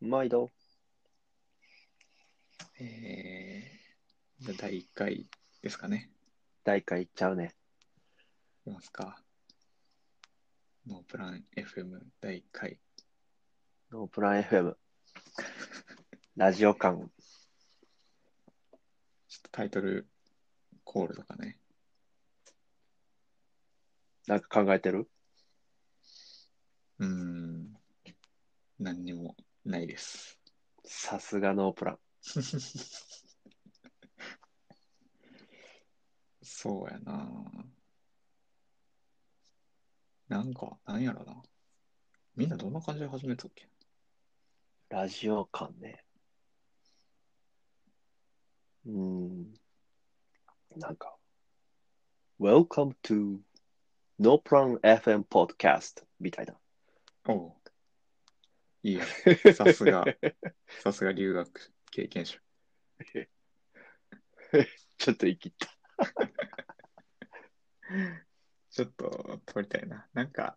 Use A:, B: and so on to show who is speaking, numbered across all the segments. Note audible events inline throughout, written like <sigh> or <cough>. A: 毎度。
B: えー、じゃあ第1回ですかね。
A: 第1回いっちゃうね。
B: いきますか。ノープラン FM 第1回。
A: ノープラン FM。ラジオ感。
B: ちょっとタイトルコールとかね。
A: なんか考えてる
B: うーん。何にもないです。
A: さすがノープラン。
B: そうやななんか、なんやろな。みんなどんな感じで始めたっけ
A: ラジオ感ね。うーん。なんか。Welcome to No Plan FM Podcast みたいな。
B: おう。いい <laughs> やん。さすが、さすが留学経験者。
A: <laughs> ちょっと言い切った。
B: ちょっと撮りたいな。なんか、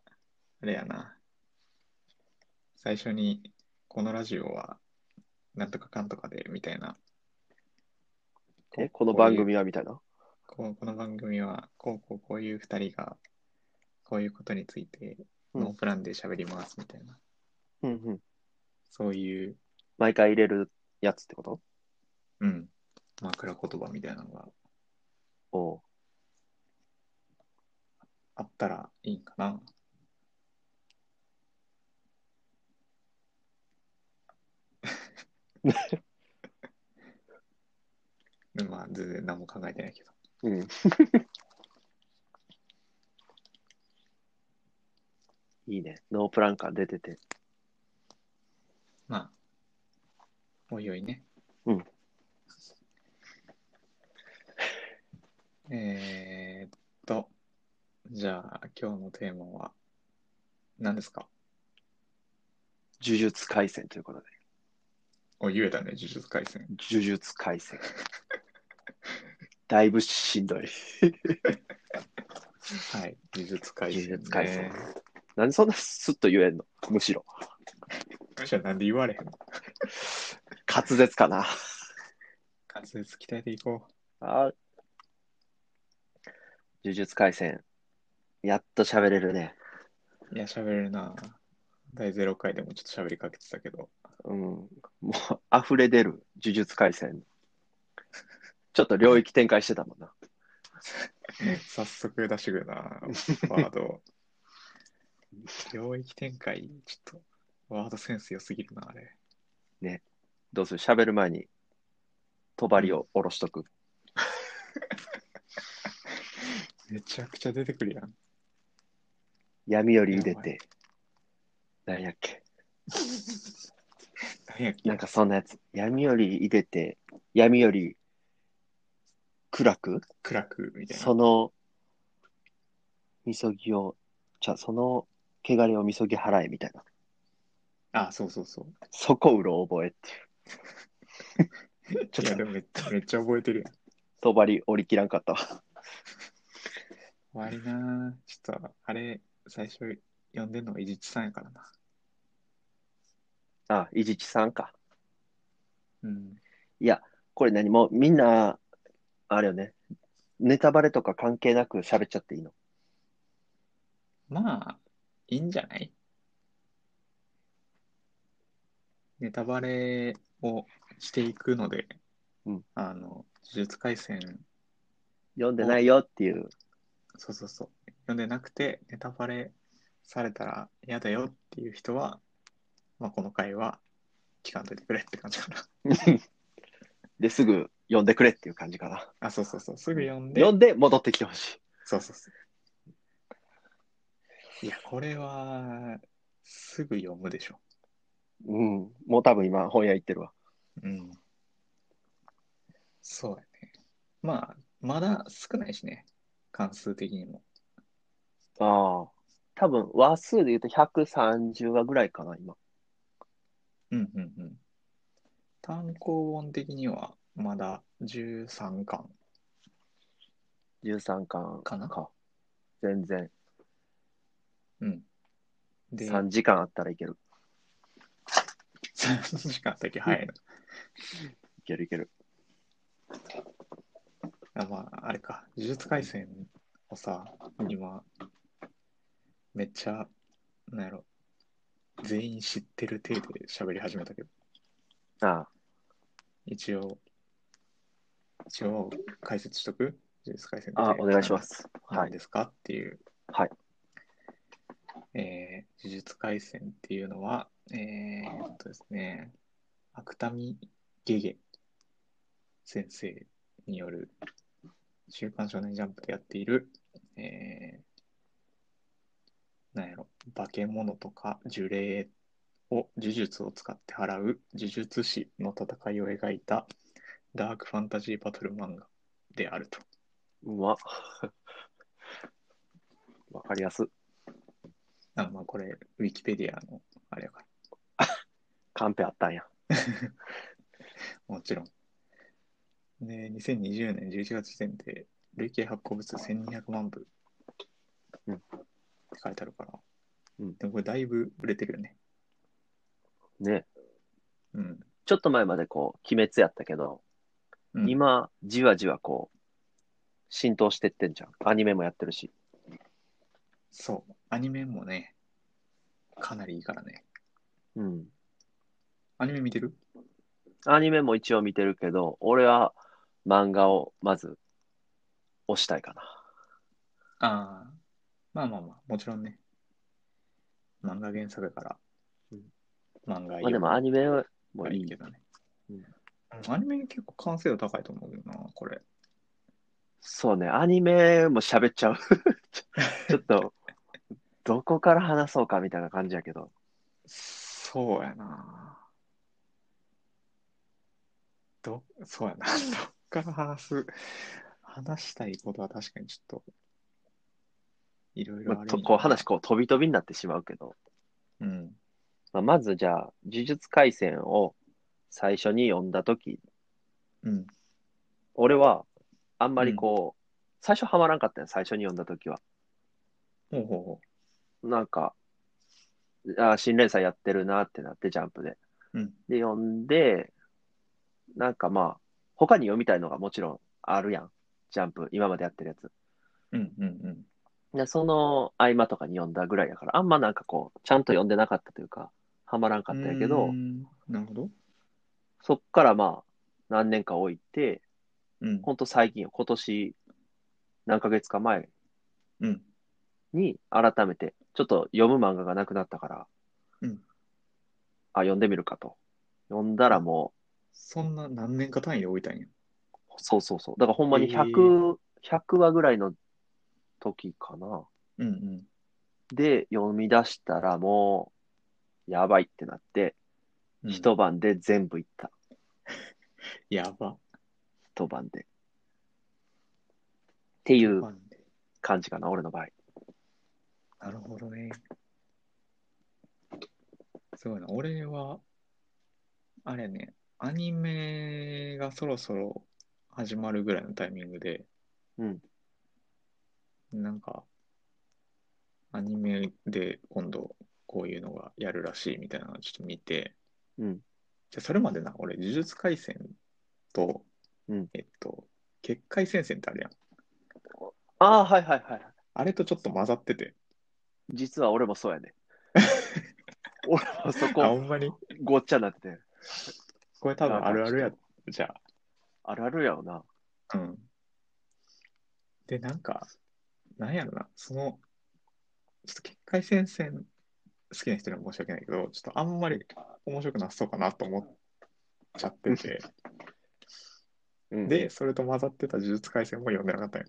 B: あれやな。最初に、このラジオは、なんとかかんとかで、みたいな。
A: え、この番組はみたいな。
B: こうこの番組は、こうこうこういう二人が、こういうことについて、
A: うん
B: ノープランで喋ります、みたいな。
A: うんうん。
B: そういう、
A: 毎回入れるやつってこと
B: うん、枕言葉みたいなのが
A: おう
B: あったらいいんかな。うん <laughs> まあ、全然何も考えてないけど。
A: うん。 <laughs> いいね。ノープラン感出てて。
B: まあ、おいおいね。
A: うん。
B: えーっと、じゃあ、今日のテーマは何ですか
A: 呪術廻戦ということで。
B: お、言えたね、呪術廻戦。
A: 呪術廻 <laughs> 戦。だいぶしんどい。
B: はい、呪術廻戦、ね。
A: 呪術廻戦なんでそんなスッと言えんのむしろ。
B: むしろなんで言われへんの
A: 滑舌かな。
B: 滑舌鍛えていこ
A: あー呪術廻戦。やっと喋れるね。
B: う。いや、喋れるな。第0回でもちょっと喋りかけてたけ
A: <laughs>
B: ど。
A: うん。もう、溢れ出る呪術廻戦。ちょっと領域展開してたもんな。
B: 早速出してくるな、ワード。領域展開、ちょっと、ワードセンス良すぎるな、あれ。
A: どうする喋る前に、とばりを下ろしとく。
B: めちゃくちゃ出てくるやん。
A: 闇より茹でて、何やっけ。
B: 何やっけ
A: なんかそんなやつ。闇より茹でて、闇より暗く、
B: クラクみたいな。
A: その、みそぎを、じゃあその、汚れをみそぎ払えみたいな。
B: あ、そうそうそう。
A: そこうろ覚えっていう。ちょ
B: い
A: っ
B: や、
A: と
B: で、もめっ
A: <laughs>
B: ちゃめっちゃ覚えてるやん。
A: とばり折り切らんかったわ。
B: 悪いなちょっと、あれ、最初呼んでんの、いじちさんやからな。
A: あ、いじちさんか。
B: うん。
A: いや、これ何もうみんな、あれよね。ネタバレとか関係なく喋っちゃっていいの
B: まあ、いいんじゃないネタバレをしていくので、
A: うん
B: あの、呪術廻戦
A: 読んでないよっていう。
B: そうそうそう。読んでなくて、ネタバレされたら嫌だよっていう人は、まあ、この回は聞かんといてくれって感じかな。
A: <laughs>
B: <laughs>
A: ですぐ読んでくれっていう感じかな。
B: あ、そうそうそう。すぐ読んで。
A: 読んで戻ってきてほしい。
B: そうそうそう。いや、これは、すぐ読むでしょ。
A: うん。もう多分今本屋行ってるわ。
B: うん。そうやね。まあ、まだ少ないしね。関数的にも。
A: ああ。多分話数で言うと130話ぐらいかな、今。
B: うんうんうん。単行本的には、まだ13巻。
A: 13巻
B: かな
A: 全然。
B: うん。で、
A: 3時間あったらいける。
B: 3時間先早いな。
A: いけるいける。
B: あまあ、あれか。呪術廻戦をさ、今、めっちゃ、なんやろ、全員知ってる体で喋り始めたけど、
A: ああ、
B: 一応、一応解説しとく呪術廻戦。
A: ああお願いしますす。は
B: 何
A: い。
B: ですか、っていう。
A: はい。
B: えー、呪術廻戦っていうのは、えーっとですね、芥見ゲゲ先生による週刊少年ジャンプでやっている、えー、なんやろ、化け物とか呪霊を呪術を使って払う呪術師の戦いを描いたダークファンタジーバトル漫画であると。
A: うまっ。 <laughs> わかりやす。
B: あまあこれ、ウィキペディアのあれやから、
A: カンペあったんや。
B: もちろん。で、2020年11月時点で、累計発行部数1200万部
A: うん
B: って書いてあるから、
A: うん
B: でもこれだいぶ売れてるよね。
A: ね。
B: うん。
A: ちょっと前までこう、鬼滅やったけど、
B: うん、
A: 今、じわじわこう、浸透してってんじゃん。アニメもやってるし。
B: そう。アニメもね、かなりいいからね。
A: うん。
B: アニメ見てる
A: アニメも一応見てるけど、俺は漫画をまず押したいかな。
B: ああ。まあまあまあ、もちろんね。漫画原作だから
A: うん、
B: 漫画
A: まあでもアニメもい
B: い
A: い
B: い
A: け
B: け
A: ど。
B: どね。
A: う
B: アニメ結構完成度高いと思うけどな、これ。
A: そうね、アニメも喋っちゃ
B: <laughs>
A: う。ちょっと、どこから話そうかみたいな感じやけど。
B: そうやな。ど、そうやな。 <laughs> どっから話す、話したいことは確かにちょっと、いろいろ
A: ま
B: あ
A: あ、
B: る
A: とこう話こう飛び飛びになってしまうけど。
B: うん。
A: まあ、まずじゃあ、呪術廻戦を最初に読んだとき、
B: うん。
A: 俺はあんまりこう、最初ハマらんかったよ、最初に読んだときは。
B: ほうほうほ
A: なんか、あー新連載やってるなってなって、ジャンプで。
B: う。うん。
A: で、読んで、なんかまあ、他に読みたいのがもちろんあるやん。ジャンプ、今までやってるやつ。
B: うんうんうん。
A: で、その合間とかに読んだぐらいやから、あんまなんかこう、ちゃんと読んでなかったというか、ハマらんかったんやけ
B: うー
A: ど、
B: ん。なるほど。
A: そっからまあ、何年か置いて、
B: うん。
A: ほんと最近、今年、何ヶ月か前
B: うん。
A: に、改めて、ちょっと読む漫画がなくなったから、
B: うん
A: あ、読んでみるかと。読んだらもう、
B: そんな何年か単位で置いたんや。
A: そうそうそう。だからほんまに
B: へー
A: 100、100話ぐらいの時かな。
B: うんうん。
A: で、読み出したらもう、やばいってなって、
B: うん
A: 一晩で全部いった。
B: やば。
A: 一晩で。ってい
B: や
A: う
B: ばんで
A: 感じかな、俺の場合。
B: なるほどね。すごいな。俺は、あれね、アニメがそろそろ始まるぐらいのタイミングで、
A: うん。
B: なんか、アニメで今度こういうのがやるらしいみたいなのをちょっと見て、
A: うん。
B: じゃあそれまでな、俺、呪術廻戦と、
A: うん
B: えっと、結界戦線ってあるやん。
A: ああ、はいはいはい。
B: あれとちょっと混ざってて。
A: 実は俺もそうや <laughs> ね。俺もそ
B: あ、
A: こ
B: ほ、んまに
A: ごっちゃになってて。
B: これ多分あるあるや、じゃあ。
A: あるあるやろな。
B: うん。で、なんか、なんやろな、その、ちょっと結界戦線好きな人には申し訳ないけど、ちょっとあんまり面白くなさそうかなと思っちゃってて、
A: うん、
B: で、それと混ざってた呪術廻戦も読んでなかったよ。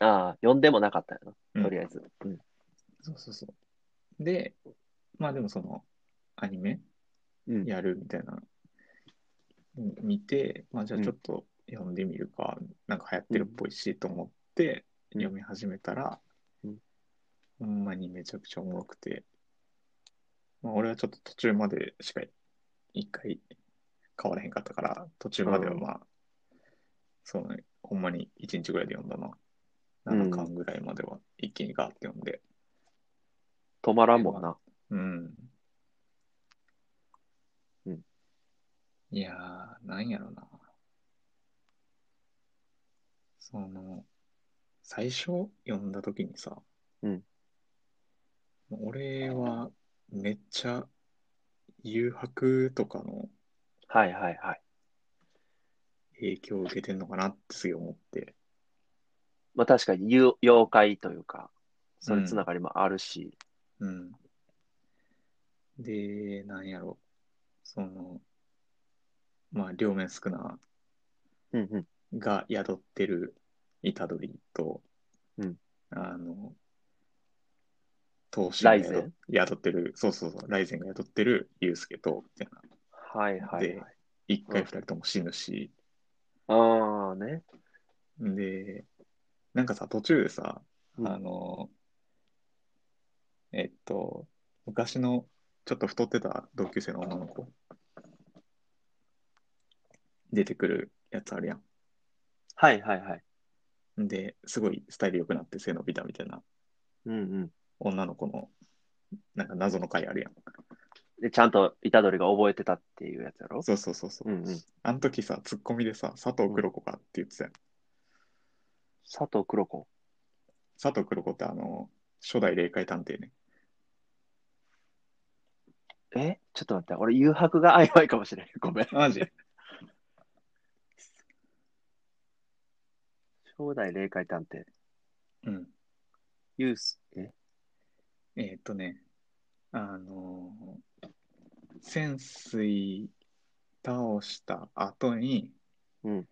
A: ああ、読んでもなかったよ
B: うん
A: な。とりあえず。うん。
B: そうそうそう。で、まあでもその、アニメ
A: うん
B: やるみたいな、うん見て、まあじゃあ
A: うん
B: ちょっと読んでみるか、なんか流行ってるっぽいしと思って
A: うん
B: 読み始めたら、
A: うん
B: ほんまにめちゃくちゃおもろくて、まあ俺はちょっと途中までしか一回変わらへんかったから、途中まではまあ、そうね、ほんまに1日ぐらいで読んだな。
A: うん
B: 7巻ぐらいまでは一気にガーって読んで、
A: 止まらんもんな。
B: うん。いやー、なんやろな。その、最初読んだ時にさ、
A: うん
B: 俺はめっちゃ誘白とかの
A: はいはいはい。
B: 影響を受けてんのかなってすげえ思って。
A: まあ確かに、ゆ妖怪というか、それつながりもあるし、
B: うん。で、なんやろ。その、まあ、両面宿儺
A: うんうん、
B: が宿ってる虎杖と、
A: うん
B: あの、東
A: 雷
B: 進が
A: 禅
B: 宿宿ってる、そうそうそう、雷禅が宿ってる祐介と、みたいな。
A: はいはい
B: で
A: はい。
B: 一回
A: うん
B: 二人とも死ぬし、
A: ああね。
B: で、なんかさ、途中でさ、
A: うん
B: あの、えっと、昔のちょっと太ってた同級生の女の子、出てくるやつあるや
A: はいはいはい。
B: ん。で、すごいスタイル良くなって背伸びたみたいな
A: うんうん。
B: 女の子の、なんか謎の回あるやん。
A: で、ちゃんと虎杖が覚えてたっていうやつやろ
B: そうそうそうそう。
A: うんうん。
B: あの時さ、ツッコミでさ、佐藤黒子かって言ってたやん。
A: 佐藤黒子。
B: 佐藤黒子ってあの、初代霊界探偵ね。
A: えちょっと待って。俺、誘白が曖昧かもしれん。ごめん。
B: マジ
A: 初代霊界探偵。
B: <laughs> うん。
A: ユース。え
B: えーっとね、あのー潜水倒した後に、
A: うん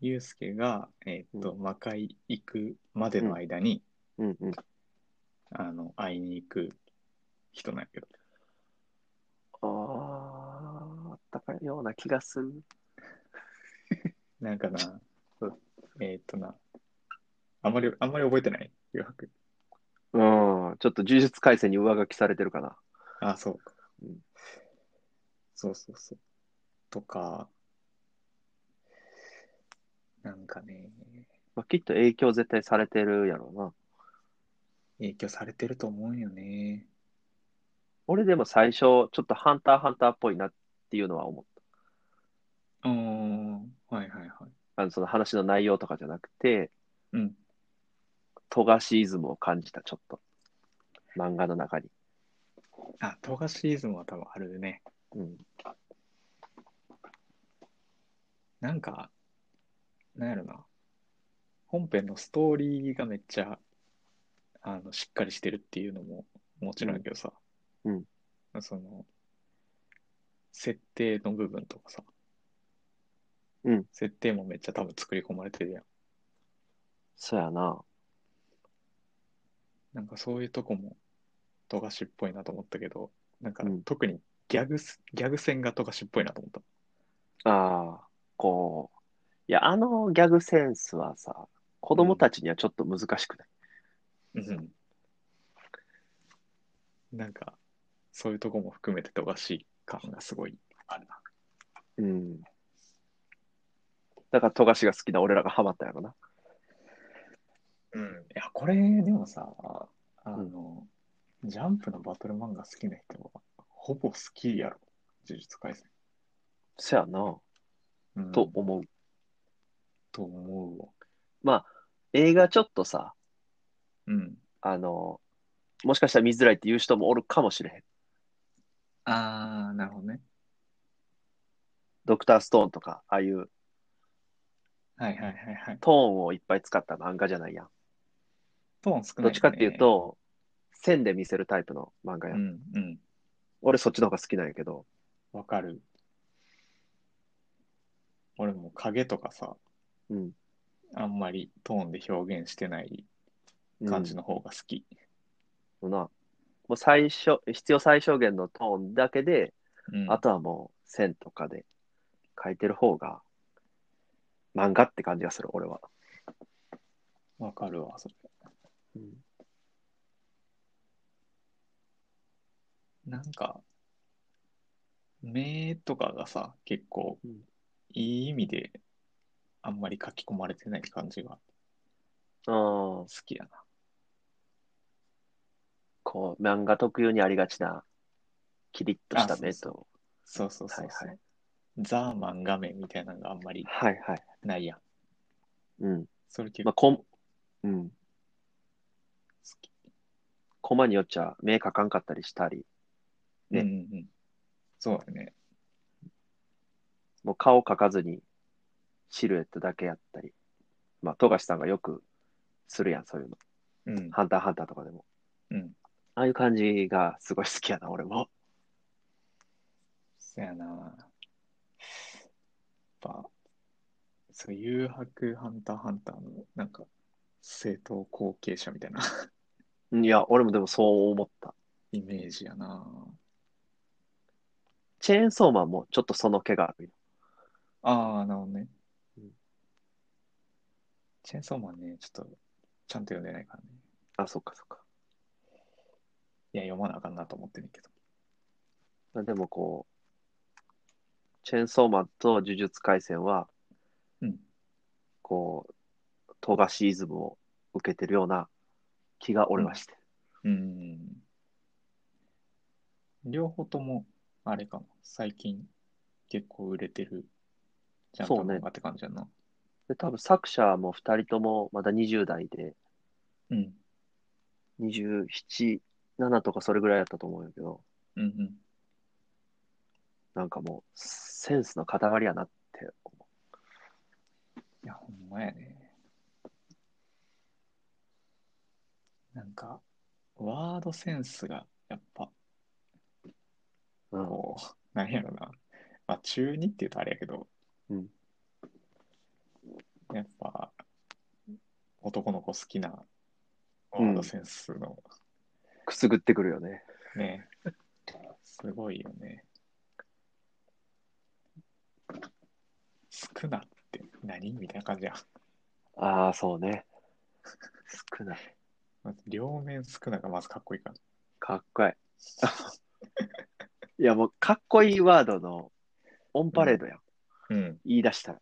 B: ユウスケが、えーっと、
A: う
B: 魔界行くまでの間に、
A: うんうん。
B: あの、会いに行く人なんやけど。
A: ああ、あったかいような気がする。
B: なんかな、そうえーっとな、あんまり、あんまり覚えてない余白。
A: うん。ちょっと呪術改正に上書きされてるかな。
B: あ、そうか
A: うん。
B: そうそうそう。とか、なんかね、
A: まあ、きっと影響絶対されてるやろうな。
B: 影響されてると思うんよね。
A: 俺でも最初、ちょっとハンターハンターっぽいなっていうのは思っ
B: うーん、はいはいはい。
A: た。あの、その話の内容とかじゃなくて、
B: うん。
A: 富樫イズムを感じた、ちょっと。漫画の中に。
B: あ、富樫イズムは多分あるね。
A: うん。
B: なんか、なんやろな。本編のストーリーがめっちゃ、あの、しっかりしてるっていうのももちろんやけどさ。
A: うん
B: その、設定の部分とかさ。
A: うん
B: 設定もめっちゃ多分作り込まれてるやん。
A: そうやな。
B: なんかそういうとこも、富樫っぽいなと思ったけど、なんか
A: うん
B: 特にギャグす、ギャグ戦が富樫っぽいなと思った。
A: ああ、こう。いや、あのギャグセンスはさ、子供たちにはちょっと難しくない。
B: うんなんか、そういうとこも含めて富樫感がすごいあるな。
A: うん。だから、富樫が好きな俺らがハマったやろな。
B: うん。いや、これ、でもさ、あの、ジャンプのバトル漫画好きな人は、ほぼ好きやろ。呪術廻戦。
A: そうやな。
B: うん
A: と思う。
B: と思うわ。
A: まあ、映画ちょっとさ、
B: うん。
A: あの、もしかしたら見づらいって言う人もおるかもしれへん。
B: あー、なるほどね。
A: ドクターストーンとか、ああいう
B: はいはいはいはい。
A: トーンをいっぱい使った漫画じゃないやん。
B: トーン少ない、
A: どっちかっていう、と、線で見せるタイプの漫画
B: う
A: やん。
B: んうん。
A: 俺そっちの方が好きなんやけど。
B: わかる。俺も影とかさ、
A: うん。
B: あんまりトーンで表現してない感じの方が好き。
A: のな。もう最初、必要最小限のトーンだけで、
B: うん
A: あとはもう線とかで書いてる方が、漫画って感じがする、俺は。
B: わかるわ、それ。
A: うん
B: なんか、目とかがさ、結構
A: うん、
B: いい意味で、あんまり書き込まれてない感じが
A: あ
B: 好
A: あ、
B: きやな。
A: こう、漫画特有にありがちな、キリッとした
B: あそう
A: 目
B: そう
A: と。
B: そうそうそうそう。
A: はいは
B: ザーマン画面みたいなのがあんまり
A: はいはい。
B: ないやん。
A: うん。
B: それ結
A: まあ、
B: 構好
A: こん、うん。
B: き。
A: コマによっちゃ目かかんかったりしたり、ね
B: うんうんうん。そうだね。
A: もう顔かかずにシルエットだけやったり。まあ、富樫さんがよくするやん、そういうの。
B: うん。
A: ハンターハンターとかでも。
B: うん。
A: ああいう感じがすごい好きやな、俺も。
B: そやな。やっぱ、そう、誘白ハンターハンターの、なんか、正統後継者みたいな <laughs>
A: いや、俺もでもそう思った。
B: イメージやな。
A: チェーンソーマンもちょっとその毛があるよ。
B: ああ、なるほどね
A: うん。
B: チェーンソーマンね、ちょっと、ちゃんと読んでないからね。
A: あ、そっかそっか。
B: いや、読まなあかんなと思ってんねんけど。
A: まあでもこう、チェーンソーマンと呪術廻戦は、
B: うん。
A: こう、富樫イズムを受けてるような気が俺はしてる。
B: うん。両方とも、あれかな。最近、結構売れてるジャンプ
A: そうね
B: 漫画って感じやな。
A: で、多分作者も2人ともまだ20代で、
B: うん。
A: 27、7とかそれぐらいだったと思うんやけど、
B: うんうん。
A: なんかもう、センスの塊やなって思う。
B: いや、ほんまやね。なんか、ワードセンスが、やっぱ、
A: うん
B: こう、なんやろな。まあ、中二っていうとあれやけど、
A: うん
B: やっぱ、男の子好きなワードセンスの、
A: くすぐってくるよね。
B: ね、すごいよね。少なって何みたいな感じや。
A: ああ、そうね。少ない。
B: まず両面少ながまずかっこいいから。
A: かっこい <laughs> い。いや、もう、かっこいいワードのオンパレードやん。
B: うん。
A: 言い出したら。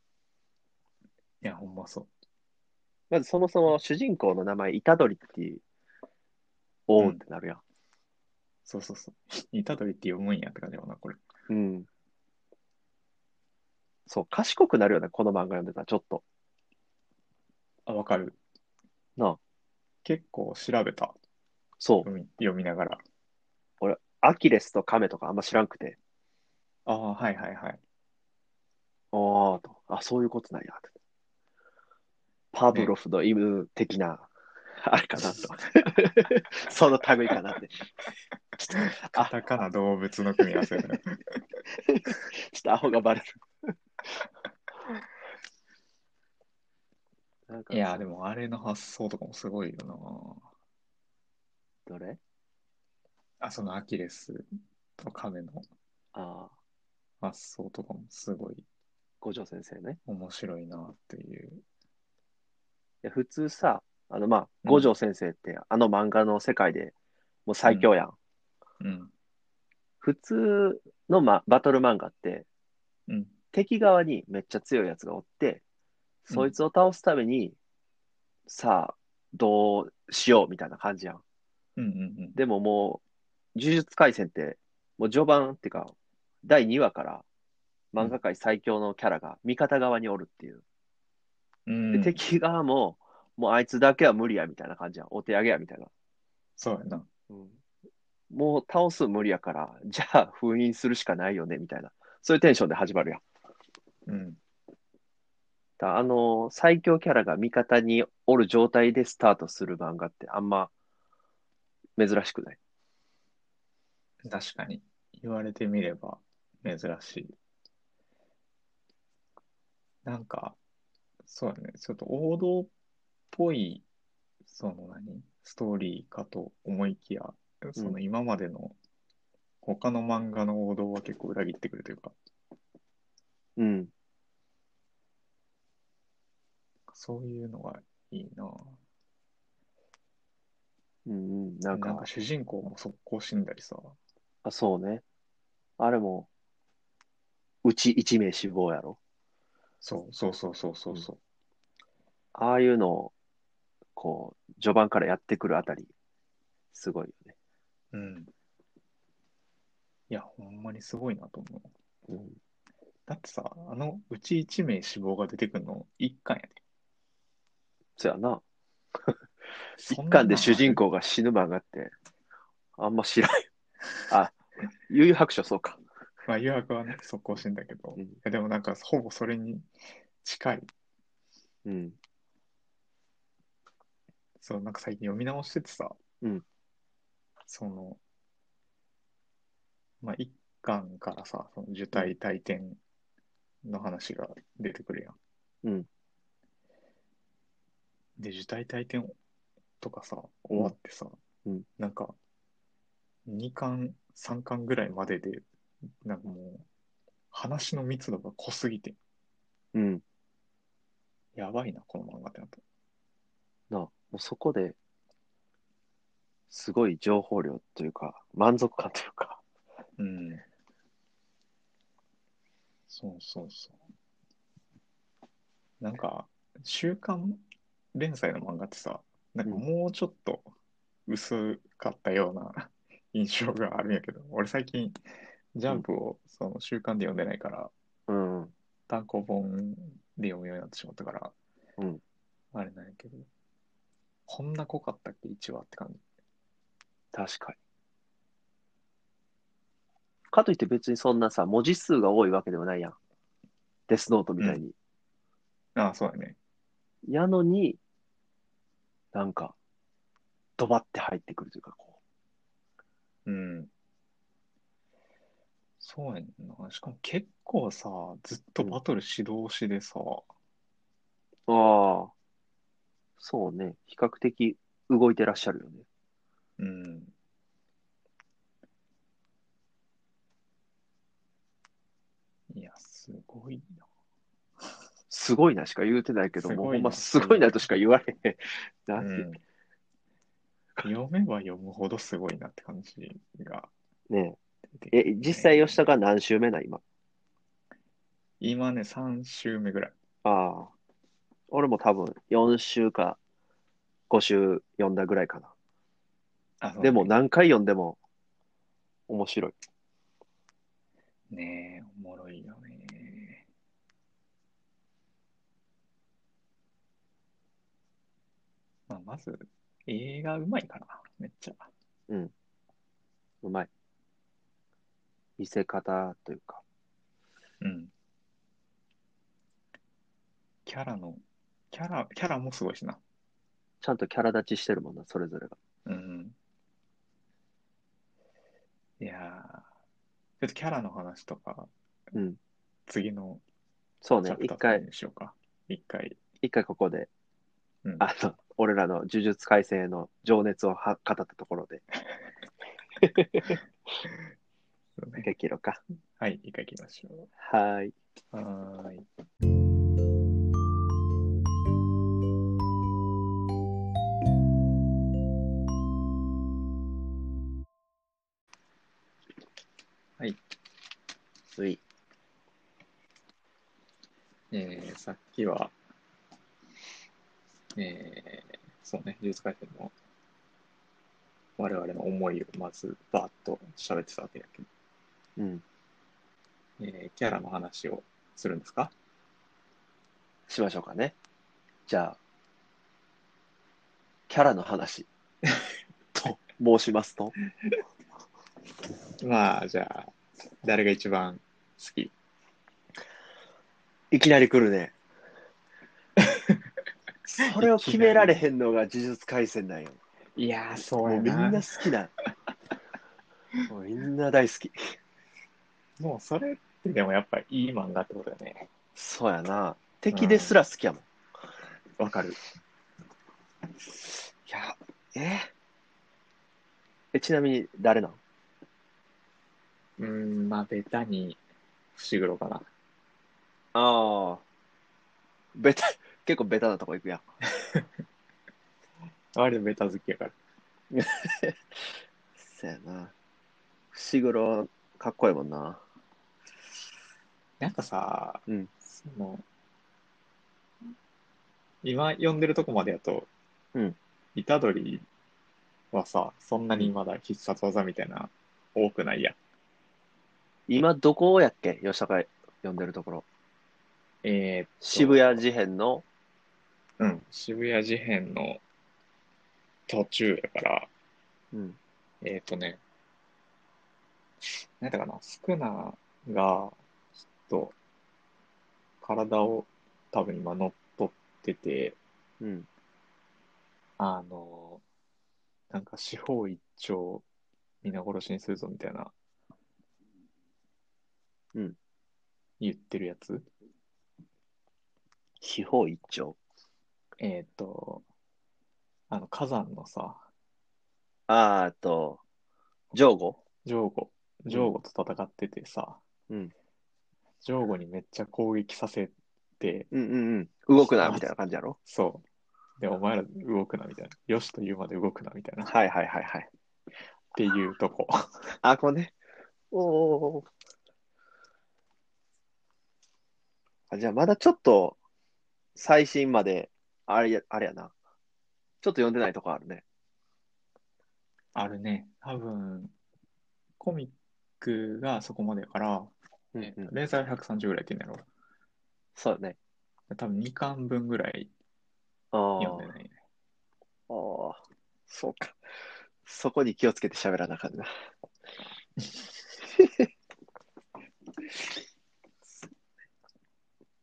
B: いや、ほんまそう。
A: まず、そもそも主人公の名前、イタドリっていう、おうってなるやん。
B: そうそうそう。イタドリって読むんやって感じだな、これ。
A: うん。そう、賢くなるよね、この漫画読んでたら、ちょっと。
B: あ、わかる。
A: なあ
B: 結構調べた。
A: そう、
B: 読み読みながら。
A: アキレスとカメとかあんま知らんくて、
B: ああ、はいはいはい。
A: ああ、と、あ、そういうことなんや、って。パブロフの犬的な、あれかなと。 <laughs> その類かなって。ちょっと、
B: カ
A: あ、
B: タカナ動物の組み合わせだね。
A: ちょっとアホがバレる。なん
B: <laughs>
A: か
B: いや、でもあれの発想とかもすごいよ
A: どれ
B: な。あ、そのアキレスとカメの
A: ああ、
B: 発想とかもすごい
A: 五条先生ね。
B: 面白いなっていう。
A: いや普通さ、あの、まあ、
B: うん
A: 五条先生って、あの漫画の世界でもう最強やん。
B: うん。
A: 普通の、ま、バトル漫画って、
B: うん。
A: 敵側にめっちゃ強いやつがおって、そいつを倒すために、さあ、どうしようみたいな感じやん。
B: うんうん
A: でももう、呪術廻戦って、もう序盤っていうか、第2話から、漫画界最強のキャラが味方側におるっていう。
B: うん。う
A: で
B: ん、
A: 敵側も、もうあいつだけは無理やみたいな感じやん。お手上げやみたいな。
B: そうやな。
A: もう倒す無理やから、じゃあ封印するしかないよねみたいな。そういうテンションで始まるやん。
B: うん。
A: だあの、最強キャラが味方におる状態でスタートする漫画ってあんま珍しくない。
B: 確かに。言われてみれば珍しい。なんか、そうだね。ちょっと王道っぽい、その何ストーリーかと思いきや、その今までの他の漫画の王道は結構裏切ってくるというか、
A: うん。
B: そういうのがいいな
A: うんうん。な
B: なんんか
A: か、
B: 主人公も速攻死んだりさ。
A: あ、そうね。あれも、うち一名死亡やろ。
B: そうそうそうそうそうそう。
A: ああいうのを、こう、序盤からやってくるあたり、すごいよね。
B: うん。いや、ほんまにすごいなと思う。
A: うん。
B: だってさ、あのうち1名死亡が出てくるの1巻やで。
A: そやな。
B: そん
A: 一
B: な
A: 巻で主人公が死ぬ漫画って、あんま知らん。あ、悠々白書そうか。
B: まあ、誘惑はね、速攻死んだけど、
A: うん
B: いやでもなんか、ほぼそれに近い、
A: うん。
B: そう、なんか最近読み直しててさ、
A: うん
B: その、まあ、一巻からさ、その受胎体験の話が出てくるやん。
A: うん
B: で、受胎体験とかさ、終わってさ、
A: うん
B: なんか、2巻、3巻ぐらいまでで、なんかもう、話の密度が濃すぎて、
A: うん。
B: やばいな、この漫画ってなった。
A: なあ、もうそこで、すごい情報量というか、満足感というか、
B: うん。そうそうそう。なんか、週刊連載の漫画ってさ、なんか
A: うん
B: もうちょっと薄かったような <laughs> 印象があるんやけど、俺最近、ジャンプをその週刊で読んでないから、
A: うん、
B: 単行本で読むようになってしまったから、
A: うん
B: あれなんやけど、こんな濃かったっけ、1話って感じ。
A: 確かに。かといって別にそんなさ、文字数が多いわけではないやん。デスノートみたいに。
B: ああ、そうだね。
A: やのに、なんか、ドバって入ってくるというか、こ
B: うん。そうやんな。しかも結構さ、ずっとバトル指導しでさ、
A: う。ああ。そうね。比較的動いてらっしゃるよね。
B: うん。いや、すごいな。
A: すごいなしか言うてないけど、
B: す
A: もう
B: ご
A: ほ
B: いなん
A: ますごいなとしか言われへん。なんて、
B: うん。読めば読むほどすごいなって感じが
A: ね
B: 出て
A: え
B: くるね
A: 実際吉田が何週目な、今。
B: 今ね、3週目ぐらい。
A: ああ。俺も多分4週か5週読んだぐらいか
B: あ、そ
A: な。
B: う
A: でも何回読んでも面白い。
B: ねえ、おもろいよね。まあ、まず、映画うまいからな、めっちゃ。
A: うまい。見せ方というか。
B: うん。キャラの、キャラ、キャラもすごいしな。
A: ちゃんとキャラ立ちしてるもんな、それぞれが。
B: うん。いやー、ちょっとキャラの話とか、
A: うん
B: 次の
A: そう
B: チ
A: ね
B: ャ。プター
A: 一
B: とか
A: 回、
B: にしようか。一回。
A: 一回ここで、
B: うん
A: あの、俺らの呪術改正の情熱をは語ったところで、
B: そう
A: 一
B: ね
A: 回切ろうか。
B: はい、一回行きましょう。
A: はーい。
B: はーい。
A: つい。
B: えー、さっきは、えー、そうね、呪術廻戦の我々の思いをまずバーッと喋ってたわけだけど、
A: うん。
B: えー、キャラの話をするんですか
A: しましょうかね。じゃあ、キャラの話 <laughs> と申しますと、
B: まあ、じゃあ、誰が一番好き
A: いきなり来るね。それを決められへんのが呪術廻戦なんよ。
B: いやー、そ
A: もうみんな好きな。もうみんな大好き。
B: もうそれってでもやっぱいい漫画ってことだよね。
A: そうやな。敵ですら好きやもん。
B: わかる。
A: いや、ええちなみに誰なん
B: うーん、まあ、ベタに、伏黒かな。
A: ああ。ベタ、結構ベタなとこ行くやん。
B: あれベタ好きやから。
A: そやな。伏黒、かっこいいもんな。
B: なんかさ、
A: うん
B: その、今読んでるとこまでやと、
A: うん
B: イタドリはさ、そんなにまだ必殺技みたいな多くないやん。
A: 今どこやっけ吉高読んでるところ。
B: えーっと
A: 渋谷事変の、
B: うん、渋谷事変の途中やから、
A: うん。
B: えーっとね、なんだかな、スクナが、ちょっと、体を多分今乗っ取ってて、
A: うん。
B: あの、なんか四方一丁皆殺しにするぞみたいな、
A: うん。
B: 言ってるやつ
A: 四方一丁。
B: えーっと、あの火山のさ、
A: あーあと、ジョーゴ
B: ジョーゴ、ジョーゴと戦っててさ、
A: うん。
B: ジョーゴにめっちゃ攻撃させて、
A: うんうんうん。動くな、みたいな感じやろ
B: そう。で、お前ら動くなみたいな。よしと言うまで動くなみたいな。っ
A: はいはいはいはい。
B: ていうとこ。
A: あ、これね。おーおーおーあじゃあまだちょっと最新まで、あれや、あれやな。ちょっと読んでないとこあるね。
B: あるね。多分、コミックがそこまでやから、
A: うん
B: え
A: う
B: ー
A: ん
B: と、連載130ぐらいって言うんだろ
A: そうだね。
B: う。多分2巻分ぐらい
A: あー
B: 読んでないね。
A: あー、そうか。そこに気をつけて喋らなあかんな。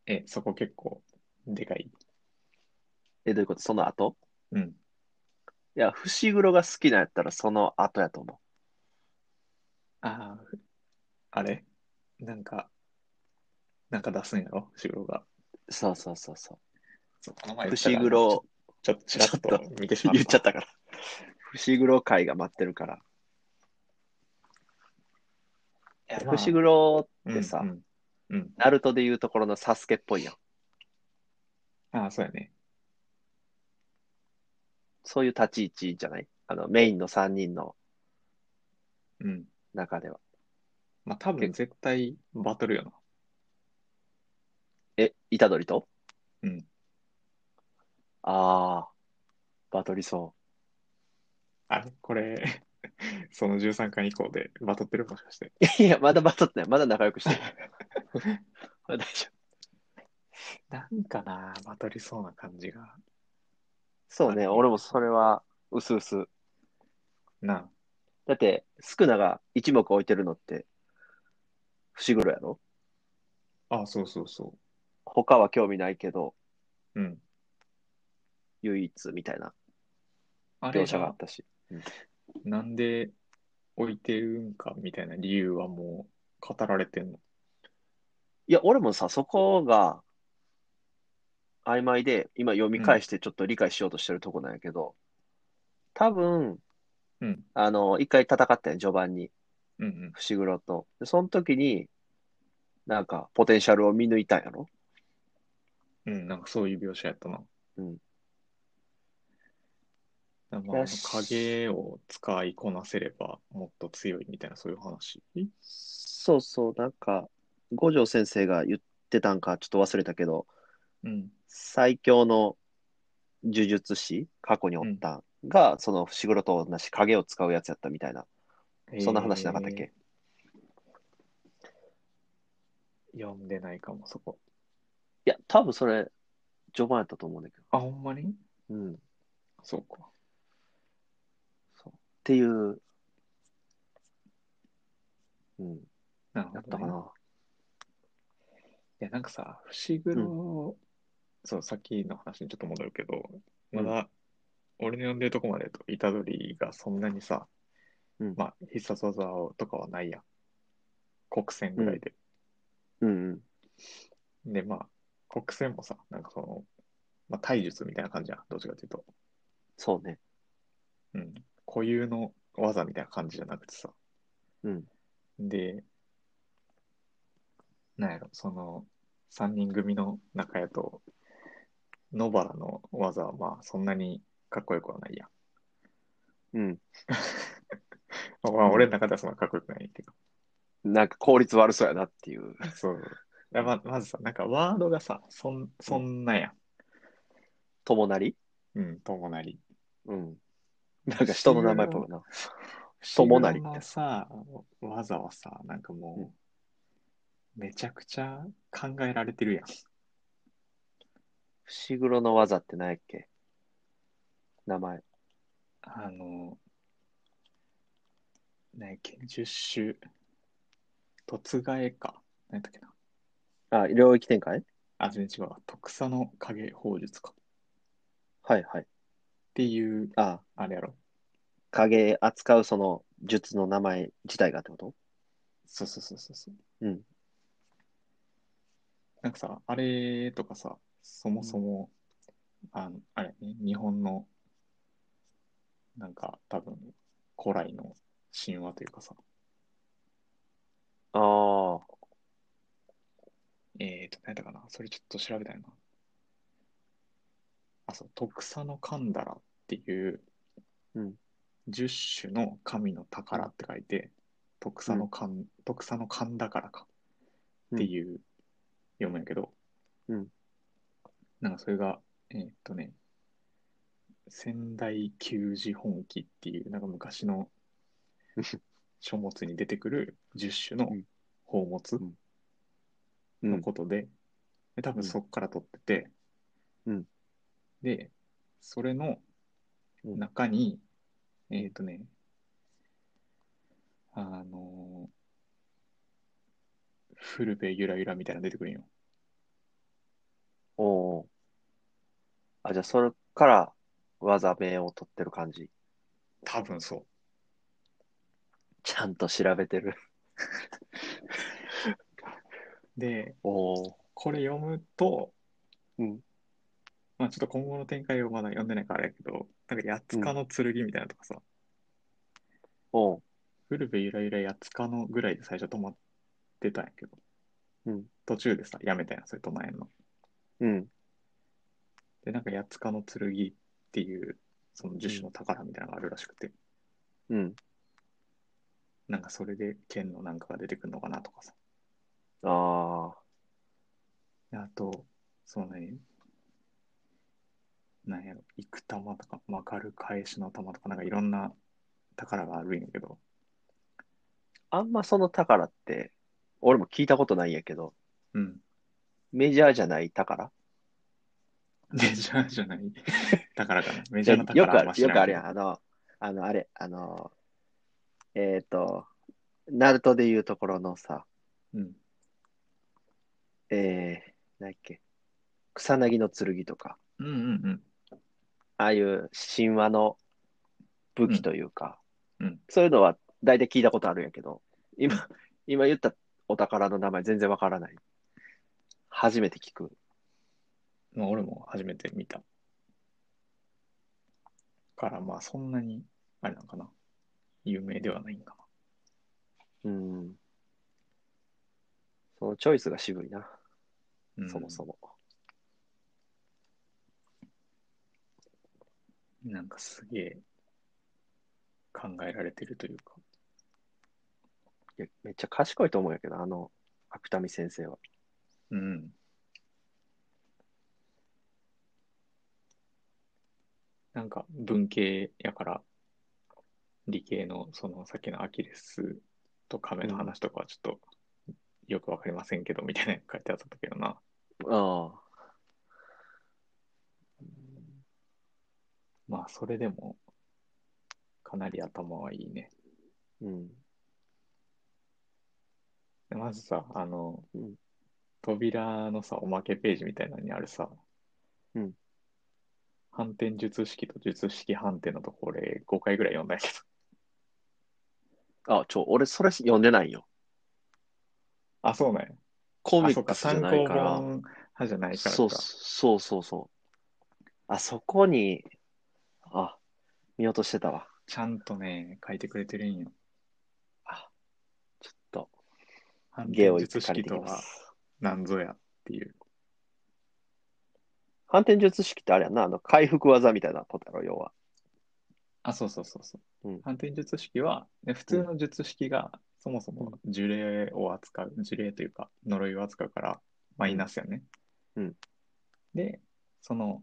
B: え、そこ結構でかい。
A: え、どういうことその後
B: うん。
A: いや、伏黒が好きなんやったらその後やと思
B: ああ、あれなんか、なんか出すんやろ後ろが。
A: う。そうそうそうそう。
B: そうこの前言った
A: 伏
B: ら
A: 黒、
B: ちょっとちらっと見てしまった。
A: 言っちゃったから。伏黒会が待ってるから。
B: いやまあ
A: 伏黒ってさ、
B: うんうんうん
A: ナルトでいうところのサスケっぽいやん。
B: ああ、そうやね。
A: そういう立ち位置じゃないあの、メインの3人の
B: うん。
A: 中では。
B: まあ多分絶対バトルよな。
A: え、虎杖と
B: うん。
A: ああ、バトりそ
B: あれこれ、 <laughs> その13巻以降でバトってるもしかして。
A: う。いや、まだバトってない。まだ仲良
B: <laughs>
A: くしてる。まだ大丈夫。
B: なんかな、バトりそうな感じが。
A: そうね、俺もそれは、うすうす。
B: な
A: だって、スクナが一目置いてるのって、伏黒やろ
B: あ。ああ、そうそうそ
A: 他は興味ないけど、
B: う。うん。
A: 唯一みたいな
B: あれ
A: 描写
B: が
A: があったし。
B: なんで置いてるんかみたいな理由はもう語られてんの。
A: いや、俺もさ、そこが曖昧で、今読み返してちょっと理解しようとしてるとこなんやけど、多分、
B: うん。
A: あの、一回戦ったやん、序盤に、
B: うんうん。
A: 伏黒と。で、その時に、なんか、ポテンシャルを見抜いたんやろ
B: うん、なんかそういう描写やったな。
A: うん
B: だからまあ。あ
A: よ
B: の
A: し
B: 影を使いこなせればもっと強いみたいなそういう話。
A: そうそう、なんか、五条先生が言ってたんか、ちょっと忘れたけど、
B: うん。
A: 最強の呪術師、過去におった、が、その伏黒と同じ影を使うやつやったみたいな、そんな話なかったっけ、
B: えー読んでないかも、そこ。
A: いや、多分それ、序盤やったと思うんだけど。
B: あ、ほんまに
A: うん。
B: そうか。
A: そうっていう、うん、
B: なるほ
A: や
B: ど、ね。
A: ったか
B: い
A: な。
B: や、なんかさ、伏黒、そう、さっきの話にちょっと戻るけど、まだ、俺の読んでるとこまでだと、虎杖がそんなにさ、
A: うん
B: まあ、必殺技とかはないやん。国戦ぐらいで。
A: うんうん。
B: で、まあ、国戦もさ、なんかその、まあ、体術みたいな感じやん。どっちかというと。
A: そうね。
B: うん。固有の技みたいな感じじゃなくてさ、
A: うん。
B: で、なんやろ、その、3人組の中やと、野原の技はまあ、そんなにかっこよくはないやん。
A: うん。
B: まあまあ、俺の中ではそんなかっこよくないけど。
A: なんか効率悪そうやなって <laughs> いう。
B: <laughs> そう。だままずさ、なんかワードがさ、そんそんなや
A: 友なり
B: ん。うん、友なり。
A: うん。なんか人の名前っぽいな。友成って
B: 伏黒のさ、技はさ、なんかもう、めちゃくちゃ考えられてるやん。
A: 伏黒の技って何やっけ名前。
B: あの、何やっけ、十種、突替えか。何やったっけな。
A: あ、領域展開
B: あ、全然違うわ。特差の影法術か。っ
A: はいはい。
B: ていう、
A: あ、
B: あれやろ。
A: 影扱うその術の名前自体がってこと
B: そうそうそうそうそう。
A: うん。
B: なんかさ、あれとかさ、そもそも、あのあれ、ね、日本の、なんか多分、古来の神話というかさ、
A: ああ。
B: えーと、何だかな、それちょっと調べたいな。あ、そう、徳佐の神だらっていう、
A: うん
B: 十種の神の宝って書いて、徳佐の神、徳佐の神だからかっていう、読むんやけど、
A: うん
B: なんかそれが、えーっとね、仙台旧字本記っていう、なんか昔
A: <laughs>
B: の書物に出てくる十種の宝物。
A: う
B: の
A: ん。
B: ことで、で多分そこから取ってて、
A: うん
B: で、それの
A: うん
B: 中に、えっ、とね、あのー古部ゆらゆらみたいなの出てくるんよ。
A: おお。あ、じゃあそれから技名を取ってる感じ。
B: 多分そう。
A: ちゃんと調べてる。
B: で、
A: おお。
B: これ読むと、
A: うん
B: まあちょっと今後の展開をまだ読んでないからあれやけど、なんか、やつかの剣みたいなのとかさ、
A: おう
B: 古部ゆらゆらやつかのぐらいで最初止まってたんやけど、
A: うん
B: 途中でさ、やめたやん、それ止まえんの。
A: うん。
B: で、なんか、やつかの剣っていう、その樹種の宝みたいなのがあるらしくて、
A: うん。
B: なんかそれで剣のなんかが出てくるのかなとかさ。
A: ああ。
B: であと、その何なんやろ、幾玉とか、曲がる返しの玉とか、なんかいろんな宝があるんやけど、
A: あんまその宝って、俺も聞いたことないんやけど、
B: うん。 <laughs>
A: メジャーじゃない宝
B: メジャーじゃない宝かな。メジャーの宝
A: よくあ
B: はま
A: る、
B: 知
A: よ
B: ら
A: くあ
B: ん
A: る
B: け
A: や
B: ど
A: ん。あの、あの、あれ、あの、えっ、と、ナルトでいうところのさ、
B: うん。
A: えー、何やっけ、草薙の剣とか、
B: うんうんうん。
A: ああいう神話の武器というか、
B: うんうん
A: そういうのは大体聞いたことあるんやけど、今、今言ったお宝の名前全然わからない。初めて聞く。
B: まあ、俺も初めて見た。から、まあ、そんなに、あれなのかな。有名ではないんか
A: うん。そのチョイスが渋いな、
B: な。うん
A: そもそも。
B: なんかすげえ、考えられてるというか。
A: いやめっちゃ賢いと思うんやけど、あの、芥見先生は。
B: うん。なんか、文系やから、理系の、その、さっきのアキレスとカメの話とかはちょっと、よくわかりませんけど、みたいなの書いてあったけどな。
A: ああ。
B: まあ、それでも、かなり頭はいいね。
A: うん。
B: でまずさ、あの、
A: うん
B: 扉のさ、おまけページみたいなのにあるさ、
A: うん
B: 反転術式と術式反転のとこ俺5回ぐらい読んだんやけど。
A: あ、ちょ、俺それ読んでないよ。
B: あ、そうなんや。
A: コ
B: あ、
A: ミ
B: そ
A: ッ
B: うか、
A: クスじ
B: 参考
A: ゃない
B: 本
A: から。
B: 派じゃないから
A: そう
B: か。
A: そうそうそう。あそこに、あ、見落としてたわ。
B: ちゃんとね、書いてくれてるんよ。
A: あ、ちょっと、
B: 反転
A: 芸をい
B: 術
A: つ借
B: 式
A: りてき
B: と
A: ま
B: は
A: す。
B: 何ぞやっていう。
A: 反転術式ってあれやんな、あの、回復技みたいなことやろ、要は。
B: あ、そうそうそうそう。
A: うん
B: 反転術式は、ね普通の術式がそもそも呪霊を扱う、呪霊というか呪いを扱うからマイナスやね。
A: うん
B: で、その、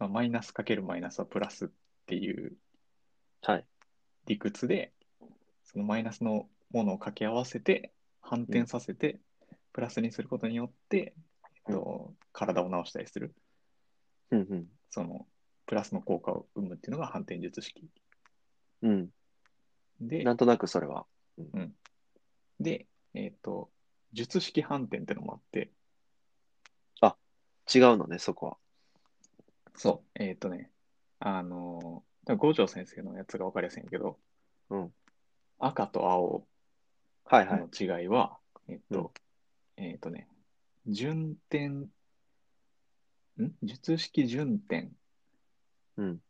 B: まあ、マイナスかけるマイナスはプラスっていう
A: はい。
B: 理屈で、そのマイナスのものを掛け合わせて、反転させて、プラスにすることによって、えっと、体を治したりする、
A: うんうん。
B: その、プラスの効果を生むっていうのが反転術式。
A: うん。
B: で、
A: なんとなくそれは。
B: で、えっと、術式反転ってのもあって、
A: 違うのね、そこは。
B: そう、えっとね、あの、多分五条先生のやつが分かりやすいんやけど、
A: うん
B: 赤と青
A: はいはい。
B: の違いは、えっと、えっとね、順転、ん術式順転
A: うん。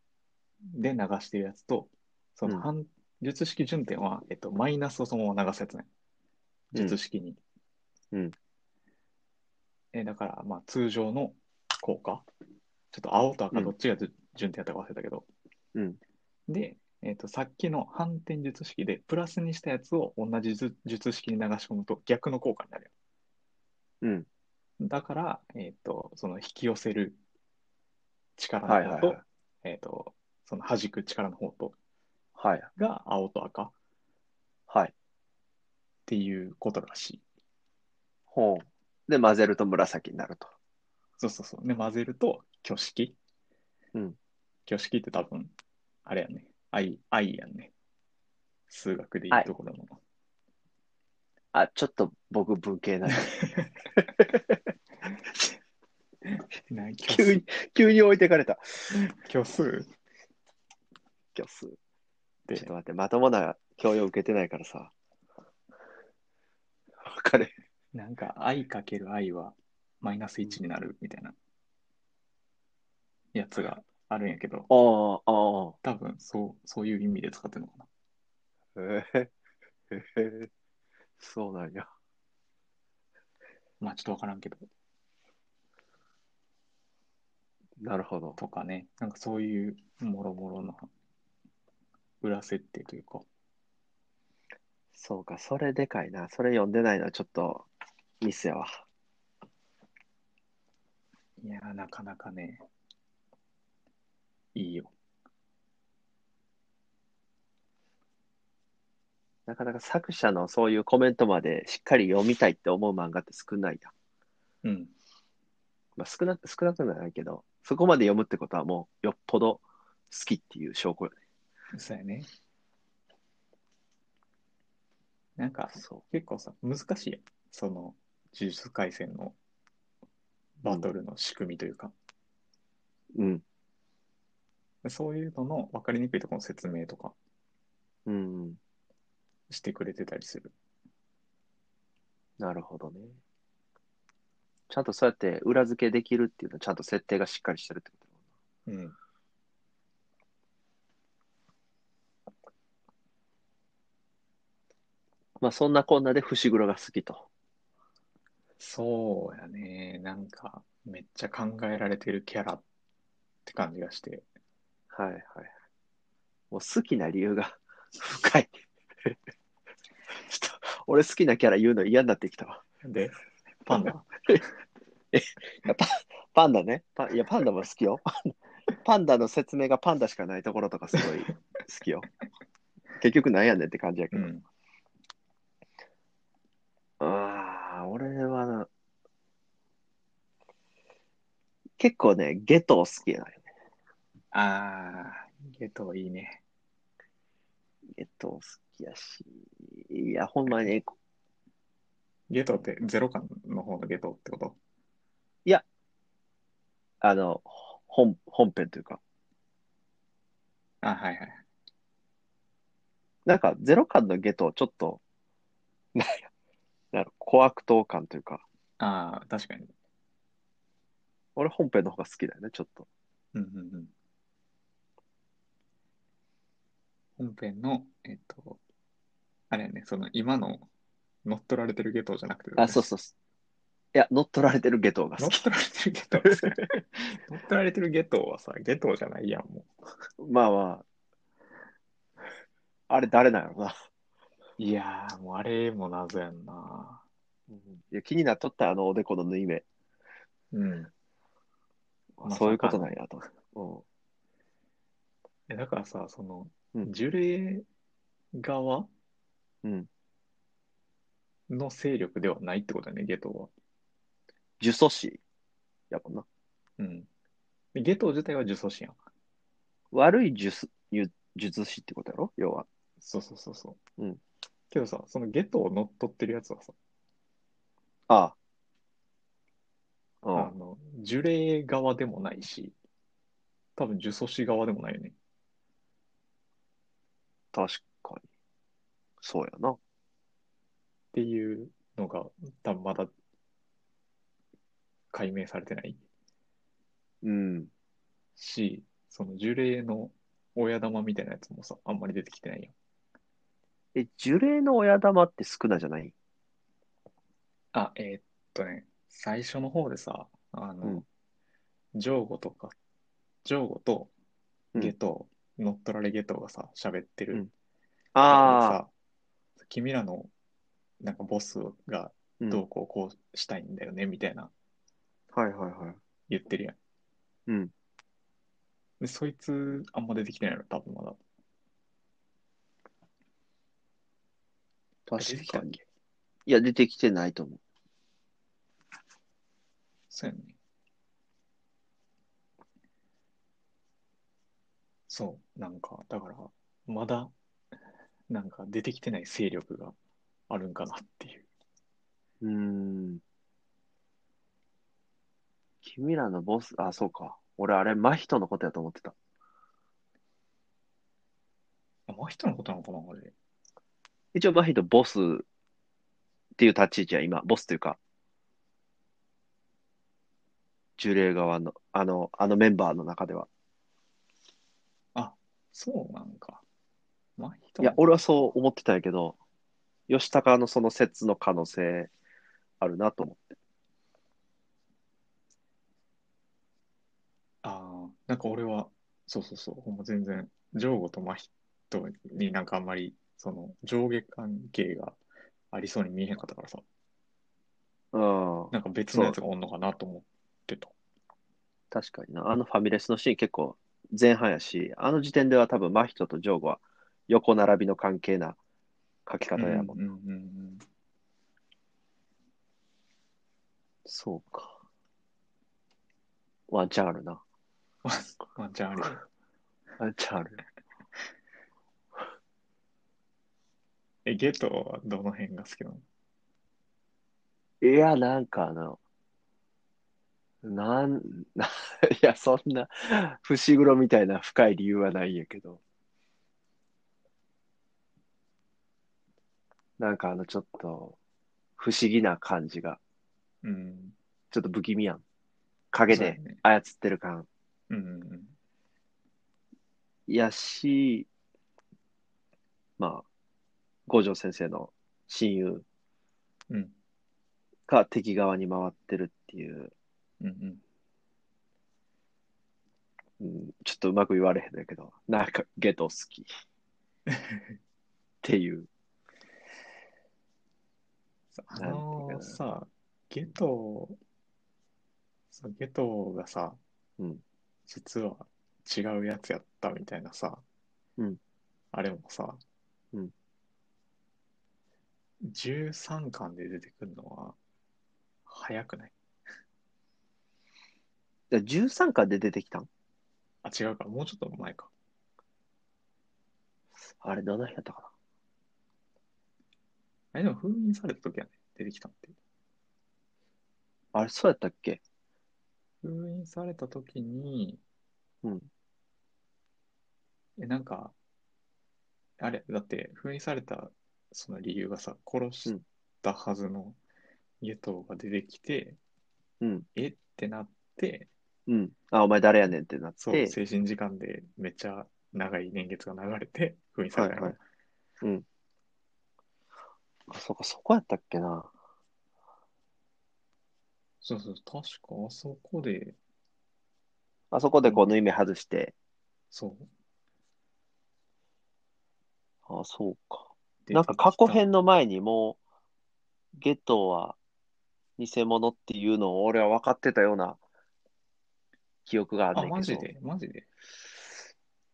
B: で流してるやつと、その
A: うん
B: 反、術式順転は、えっと、マイナスをそのまま流すやつね。術式に。
A: うん
B: え、だから、まあ、通常の効果。ちょっと青と赤どっちがじゅ順転やったか忘れたけど。
A: うん
B: で、えっと、さっきの反転術式で、プラスにしたやつを同じ術術式に流し込むと逆の効果になるよ。
A: うん。
B: だから、えっと、その引き寄せる力の方と、
A: はいはいはい
B: えっと、その弾く力の方と、
A: はい。
B: が青と赤っ
A: はい。
B: ていうことらしい。
A: ほう。で、混ぜると紫になると。
B: そうそうそう。で、混ぜると、挙式。
A: うん。
B: 挙式って多分、あれやね。愛、愛やんね。数学でいいところの。
A: あ、ちょっと僕文系なんで。
B: ない虚
A: 急
B: 数
A: に、急に置いてかれた。
B: 虚数
A: 今日す。
B: で
A: ちょっと待って、まともな教養受けてないからさ。わかる。
B: なんか、愛かける愛はマイナス1になるみたいなやつがあるんやけど、
A: ああ、ああ。
B: 多分、そう、そういう意味で使ってるのかな。
A: ええええそうなんや。
B: まあ、ちょっとわからんけど。
A: なるほど。
B: とかね。なんかそういう、もろもろな裏設定というか。
A: そうか、それでかいな。それ読んでないのはちょっとミスやわ。
B: いやー、なかなかね、いいよ。
A: なかなか作者のそういうコメントまでしっかり読みたいって思う漫画って少ないやん。
B: うん。
A: まあ、少なく、少なくはないけど、そこまで読むってことはもうよっぽど好きっていう証拠よね。
B: そうやね。なんか、
A: そ
B: 結構さ、難しいやん。その、呪術廻戦のバトルの仕組みというか、
A: う。うん。
B: そういうのの分かりにくいところの説明とか
A: うん。
B: してくれてたりする。
A: なるほどね。ちゃんとそうやって裏付けできるっていうのはちゃんと設定がしっかりしてるってことだもんな
B: うん。
A: まあそんなこんなで伏黒が好きと。
B: そうやね。なんか、めっちゃ考えられてるキャラって感じがして。
A: はいはい。もう好きな理由が <laughs> 深い。ちょっと、俺好きなキャラ言うの嫌になってきたわ。
B: で、パン
A: <laughs>
B: ダ。
A: パンダね。パンいや、パンダも好きよ。 <laughs> パンダの説明がパンダしかないところとかすごい好きよ。結局なんやねんって感じやけ
B: う
A: ど。
B: ん。
A: ああ、俺はな、結構ね、ゲトウ好きなのよね。
B: あー、ゲトいいね。
A: ゲトウ好きやし。いや、ほんまに、
B: ゲトってゼロ感の方のゲトってこと
A: あの、本、本編というか、
B: あ、はいはい。
A: なんかゼロ感のゲトウちょっと、なんや、なんか小悪党感というか、
B: ああ、確かに。
A: 俺本編の方が好きだよね、ちょっと。
B: うんうんうん。本編の、えっと、あれやね、その今の乗っ取られてるゲトじゃなくて、
A: あ、そうそうそう。いや、乗っ取られてるゲトウが
B: 乗
A: 好
B: っ
A: き。
B: 取られてるゲ <laughs> ト。乗っ取られてるゲトはさ、ゲトじゃないやん、も
A: まあまあ。あれ誰なのな。
B: う。いやー、もうあれも謎やんな。
A: いや気になっとった、あのおでこの縫い目。
B: うん。まさか
A: そういうことなんやと思
B: えだからさ、その、
A: うん
B: 呪霊側
A: う。うん。うん。
B: の勢力ではないってことだね、ゲトウは。
A: 呪詛師やもんな。
B: うん。でゲトウ自体は呪詛師やん。
A: 悪い術術術師ってことやろ要は。
B: そうそうそうそう。
A: うん。
B: けどさ、そのゲトウを乗っ取ってるやつはさ、
A: ああ。うん
B: あの、呪霊側でもないし、多分呪詛師側でもないよね。
A: 確かに。そうやな。
B: っていうのが、多分まだ解明されてない
A: うん。
B: し、その呪霊の親玉みたいなやつもさ、あんまり出てきてないよ。
A: え、呪霊の親玉って少なじゃない
B: あ、えーっとね、最初の方でさ、あの、ジョーゴとか、ジョーゴと
A: うん
B: ゲトウ、乗っ取られゲトウがさ、喋ってる。
A: うん
B: ところ
A: ああ。
B: さ、君らの、なんかボスが
A: うん
B: どうこうこうしたいんだよね、みたいな
A: はいはいはい。
B: 言ってるやん。
A: うん。
B: で、そいつ、あんま出てきてないの、多分まだ。出て
A: 確
B: きた
A: か
B: っ
A: に。
B: け
A: いや、出てきてないと思う。
B: そうやね。そう、なんか、だから、まだ、なんか出てきてない勢力があるんかなっていう。
A: うーん。君らのボス、あ、そうか。俺、あれ、真人のことやと思ってた。
B: あ、真人のことなのかな、あれ。
A: 一応、真人ボスっていう立ち位置は今、ボスというか、呪霊側の、あの、あのメンバーの中では。
B: そうなんか。真人
A: いや、俺はそう思ってたんやけど、吉高のその説の可能性あるなと思って。
B: ああ、なんか俺は、そうそうそう、ほんま全然、ジョーゴと真人になんかあんまり、その、上下関係がありそうに見えへんかったからさ、
A: うん。
B: なんか別のやつがおんのかなと思ってた。
A: 確かにな。あのファミレスのシーン結構前半やし、あの時点では多分真人とジョーゴは横並びの関係な書き方やもん。
B: うんうんうんうん。
A: そうか。ワンチャンあるな。
B: ワンワンチャンあるよ。
A: ワンチャンある。
B: え、ゲトはどの辺が好きなの
A: いや、なんかあの、なん、 <laughs> ないや、そんな、伏黒みたいな深い理由はないんやけど。なんかあの、ちょっと、不思議な感じが、
B: うん。
A: ちょっと不気味やん。影
B: そうや
A: で
B: ね。
A: 操ってる感。
B: うんうんうん。
A: やし、まあ、五条先生の親友
B: うん
A: が敵側に回ってるっていう、
B: うんうん。
A: うん、ちょっとうまく言われへんだけど、なんかゲト好き。っていう。
B: さあ
A: なんていうか
B: の
A: な
B: さ、ゲトさ、ゲトがさ、
A: うん
B: 実は違うやつやったみたいなさ、
A: うん
B: あれもさ、
A: うん
B: 13巻で出てくるのは早くない
A: だ13巻で出てきたん
B: あ、違うか、もうちょっと前か。
A: あれ、どの辺やったか
B: あれでも封印された時やね、出てきたのって。
A: なあれ、そうやったっけ
B: 封印された時に、
A: うん
B: え、なんか、あれ、だって封印されたその理由がさ、殺したはずのゲトウが出てきて、
A: うん。
B: えってなって、
A: うん。あ、お前誰やねんってなっ
B: そう、
A: て、
B: 精神時間でめっちゃ長い年月が流れて封印されたの。
A: はいはあそうか、そこやったっけな。
B: そうそう、確かあそこで、
A: あそこでこう、縫い目外して、
B: そう、
A: あ、そうか。
B: 出
A: なん
B: て
A: か
B: き
A: 過去
B: た
A: 編の前にもう、ゲットは偽物っていうのを俺は分かってたような記憶があんねん
B: あ、
A: けど。
B: マジでマジで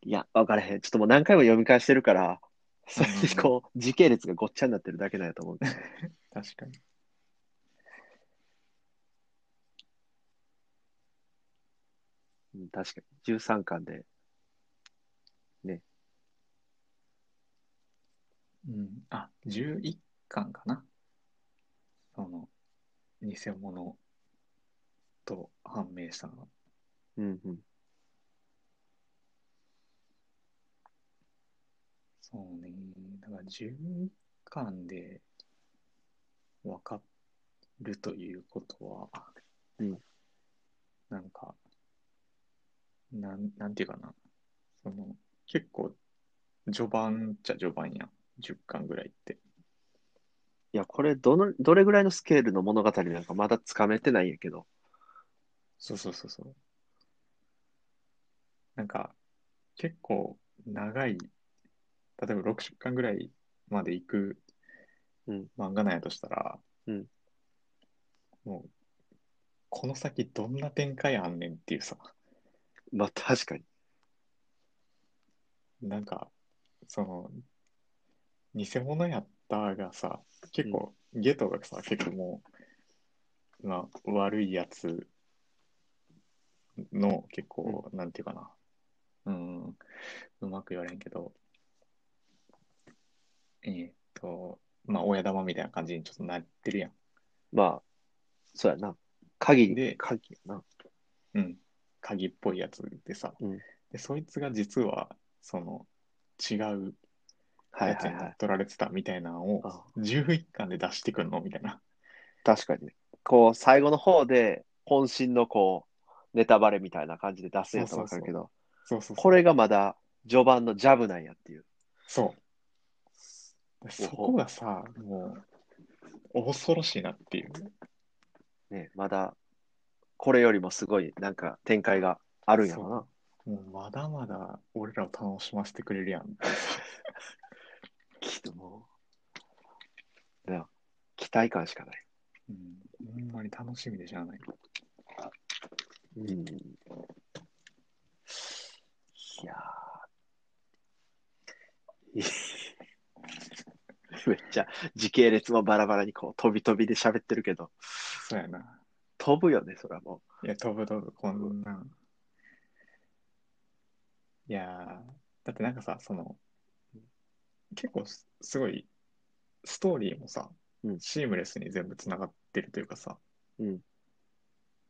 A: いや、分からへん。ちょっともう何回も読み返してるから、それでこう、時系列がごっちゃになってるだけなんやと思うんですよ。
B: 確かに。
A: うん、確かに。13巻で。
B: うん、あ、11巻かな。その、偽物と判明したのが。
A: うんうん。
B: そうね。だから11巻で分かるということは、
A: うん
B: なんか、なん、なんていうかな。その、結構、序盤っちゃ序盤やん。10巻ぐらいって。
A: いや、これどの、どれぐらいのスケールの物語なんかまだつかめてないんやけど。
B: そうそうそうそう。なんか、結構長い、例えば60巻ぐらいまで行く
A: うん
B: 漫画なんやとしたら、
A: うん
B: もう、この先どんな展開あんねんっていうさ、
A: まあ、確かに。
B: なんか、その、偽物やったがさ、結構、ゲトがさ、結構もう、まあ、悪いやつの、結構、なんていうかな、うん、うまく言われへんけど、えーっと、まあ、親玉みたいな感じにちょっとなってるやん。
A: まあ、そうやな。鍵
B: で
A: に、鍵やな。
B: うん、鍵っぽいやつでさ、
A: うん
B: でそいつが実は、その、違う
A: はい
B: やつ
A: はい
B: に
A: は
B: 乗っ
A: い。
B: 取られてたみたいなのを、
A: あ
B: 11巻で出してくんのみたいな。
A: 確かにね。こう、最後の方で、渾身のこう、ネタバレみたいな感じで出すやつはわかるけど、
B: そうそうそう。
A: これがまだ序盤のジャブなんやっていう。
B: そう。そこがさ、もう、恐ろしいなっていう。
A: ね、まだ、これよりもすごい、なんか展開があるんやろな。
B: もうまだまだ俺らを楽しませてくれるやん。
A: きっともう。ね期待感しかない。
B: うん、ほんまに楽しみでしゃあない。
A: うん。いやー。 <laughs> めっちゃ時系列もバラバラにこう飛び飛びで喋ってるけど
B: そうやな。
A: 飛ぶよねそれはも
B: いや、飛ぶ飛ぶ、こんなん。いやーだってなんかさ、その、結構すすごい、ストーリーもさ、
A: うん
B: シームレスに全部つながってるというかさ、
A: ううん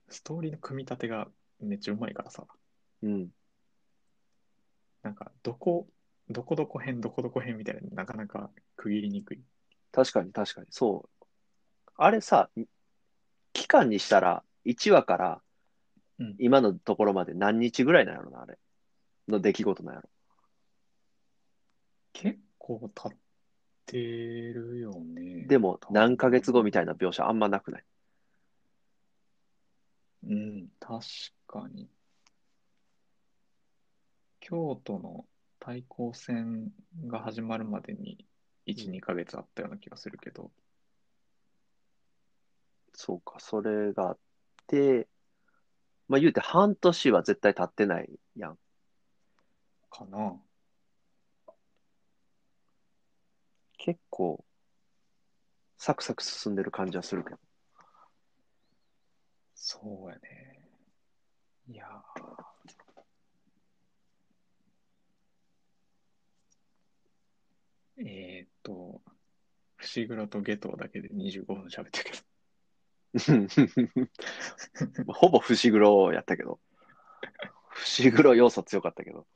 B: ストーリーの組み立てがめっちゃうまいからさ、
A: うん
B: なんか、どこ、どこどこ編、どこどこ編みたいな、なかなか区切りにくい。
A: 確かに確かにそうあれさ期間にしたら1話から
B: うん
A: 今のところまで何日ぐらいなんやろなあれの出来事なんやろ
B: 結構経ってるよね。
A: でも何ヶ月後みたいな描写あんまなくない
B: うん、確かに。京都の対抗戦が始まるまでに1、
A: うん
B: 2ヶ月あったような気がするけど、
A: そうか、それがあって、まあ言うて半年は絶対経ってないやん。
B: かな。
A: 結構、サクサク進んでる感じはするけ <laughs> ど。
B: そうやね。いやーえーっと、伏黒と下等だけで25分喋ってるけど、
A: ほぼ伏黒やったけど。伏黒要素強かったけど。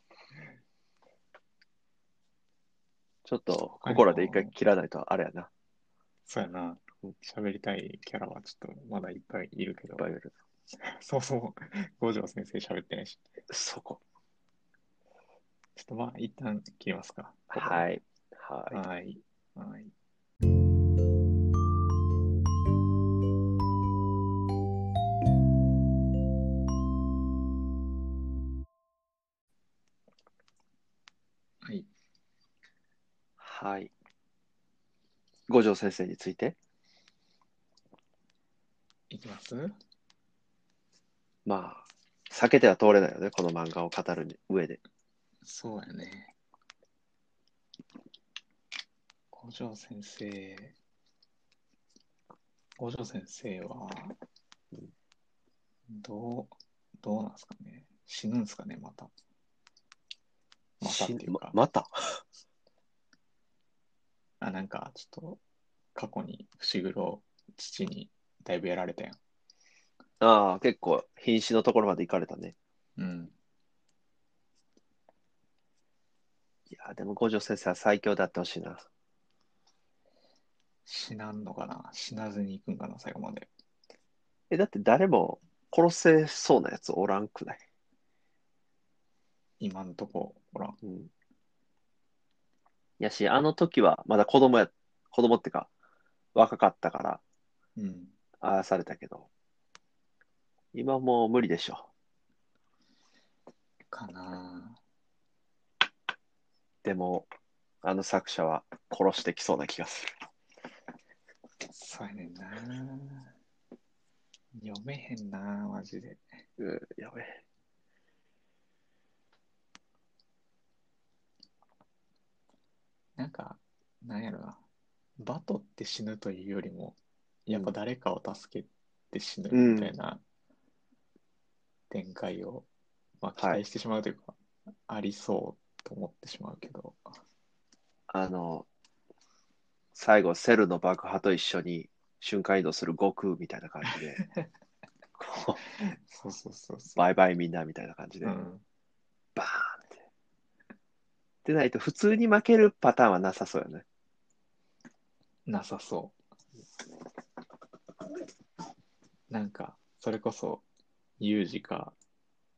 A: ちょっと心で一回切らないとあれやな。
B: そうやな
A: うん、
B: 喋りたいキャラはちょっとまだいっぱいいるけど
A: いっ、ぱいいる
B: そうそう、五条先生喋ってないし。
A: そこ。
B: ちょっとまあ、一旦切りますか。
A: はい。はい。
B: はい。はい。はい。
A: はい。五条先生について、
B: いきます
A: まあ、避けては通れないよね、この漫画を語る上で。
B: そうやね。五条先生、五条先生は、どう、どうなんですかね。死ぬんですかね、また。またっていうか
A: し、ままた
B: あ、なんか、ちょっと、過去に伏黒父にだいぶやられたやん。
A: ああ、結構、瀕死のところまで行かれたね。
B: うん。
A: いやー、でも五条先生は最強であってほしいな。
B: 死なんのかな死なずに行くんかな、最後まで。
A: え、だって誰も殺せそうなやつおらんくない。
B: 今んとこ、ほらん。
A: うん。やし、あの時はまだ子供や、子供ってか、若かったから、
B: うん。
A: ああされたけど、今もう無理でしょ。
B: かな
A: でも、あの作者は殺してきそうな気がする。
B: そうやねんな読めへんなマジで。
A: うん、やべえ。
B: なんか、なんやろな。バトって死ぬというよりも、やっぱ誰かを助けて死ぬみたいな展開を、まあ、期
A: はい
B: 待してしまうというか、ありそうと思ってしまうけど。
A: あの、最後、セルの爆破と一緒に瞬間移動する悟空みたいな感じで、
B: <laughs>
A: こう
B: そうそうそうそう。
A: バイバイみんなみたいな感じで、
B: うん、
A: バーンって。でないと、普通に負けるパターンはなさそうよね。
B: なさそう。なんか、それこそ、ユージか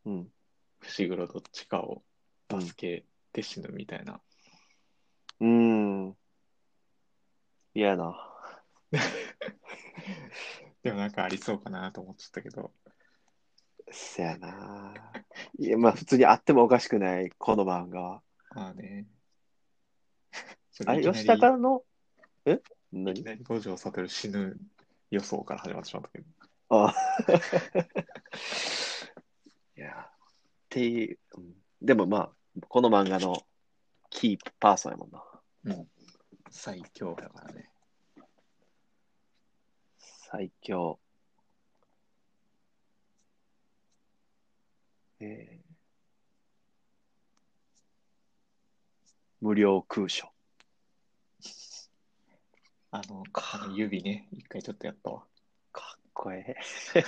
A: うん。
B: 伏黒どっちかを助けて死ぬみたいな。
A: うーん。嫌やな。
B: でもなんかありそうかなと思っちゃったけど。
A: せやな。いや、まあ、普通にあってもおかしくない、この漫画は。
B: まあね。 <laughs> ちょっと
A: あ
B: い
A: れ、
B: きなり
A: 吉高の、え
B: いき
A: 何
B: なり五条悟死ぬ予想から始まってしまったけど。
A: あいや、っていう、うんでもまあ、この漫画のキーパーソンやもんな。
B: 最強だからね。
A: 最強。えー無料空所。
B: あの、あの指ね、一回ちょっとやったわ。
A: かっこえ <laughs> え。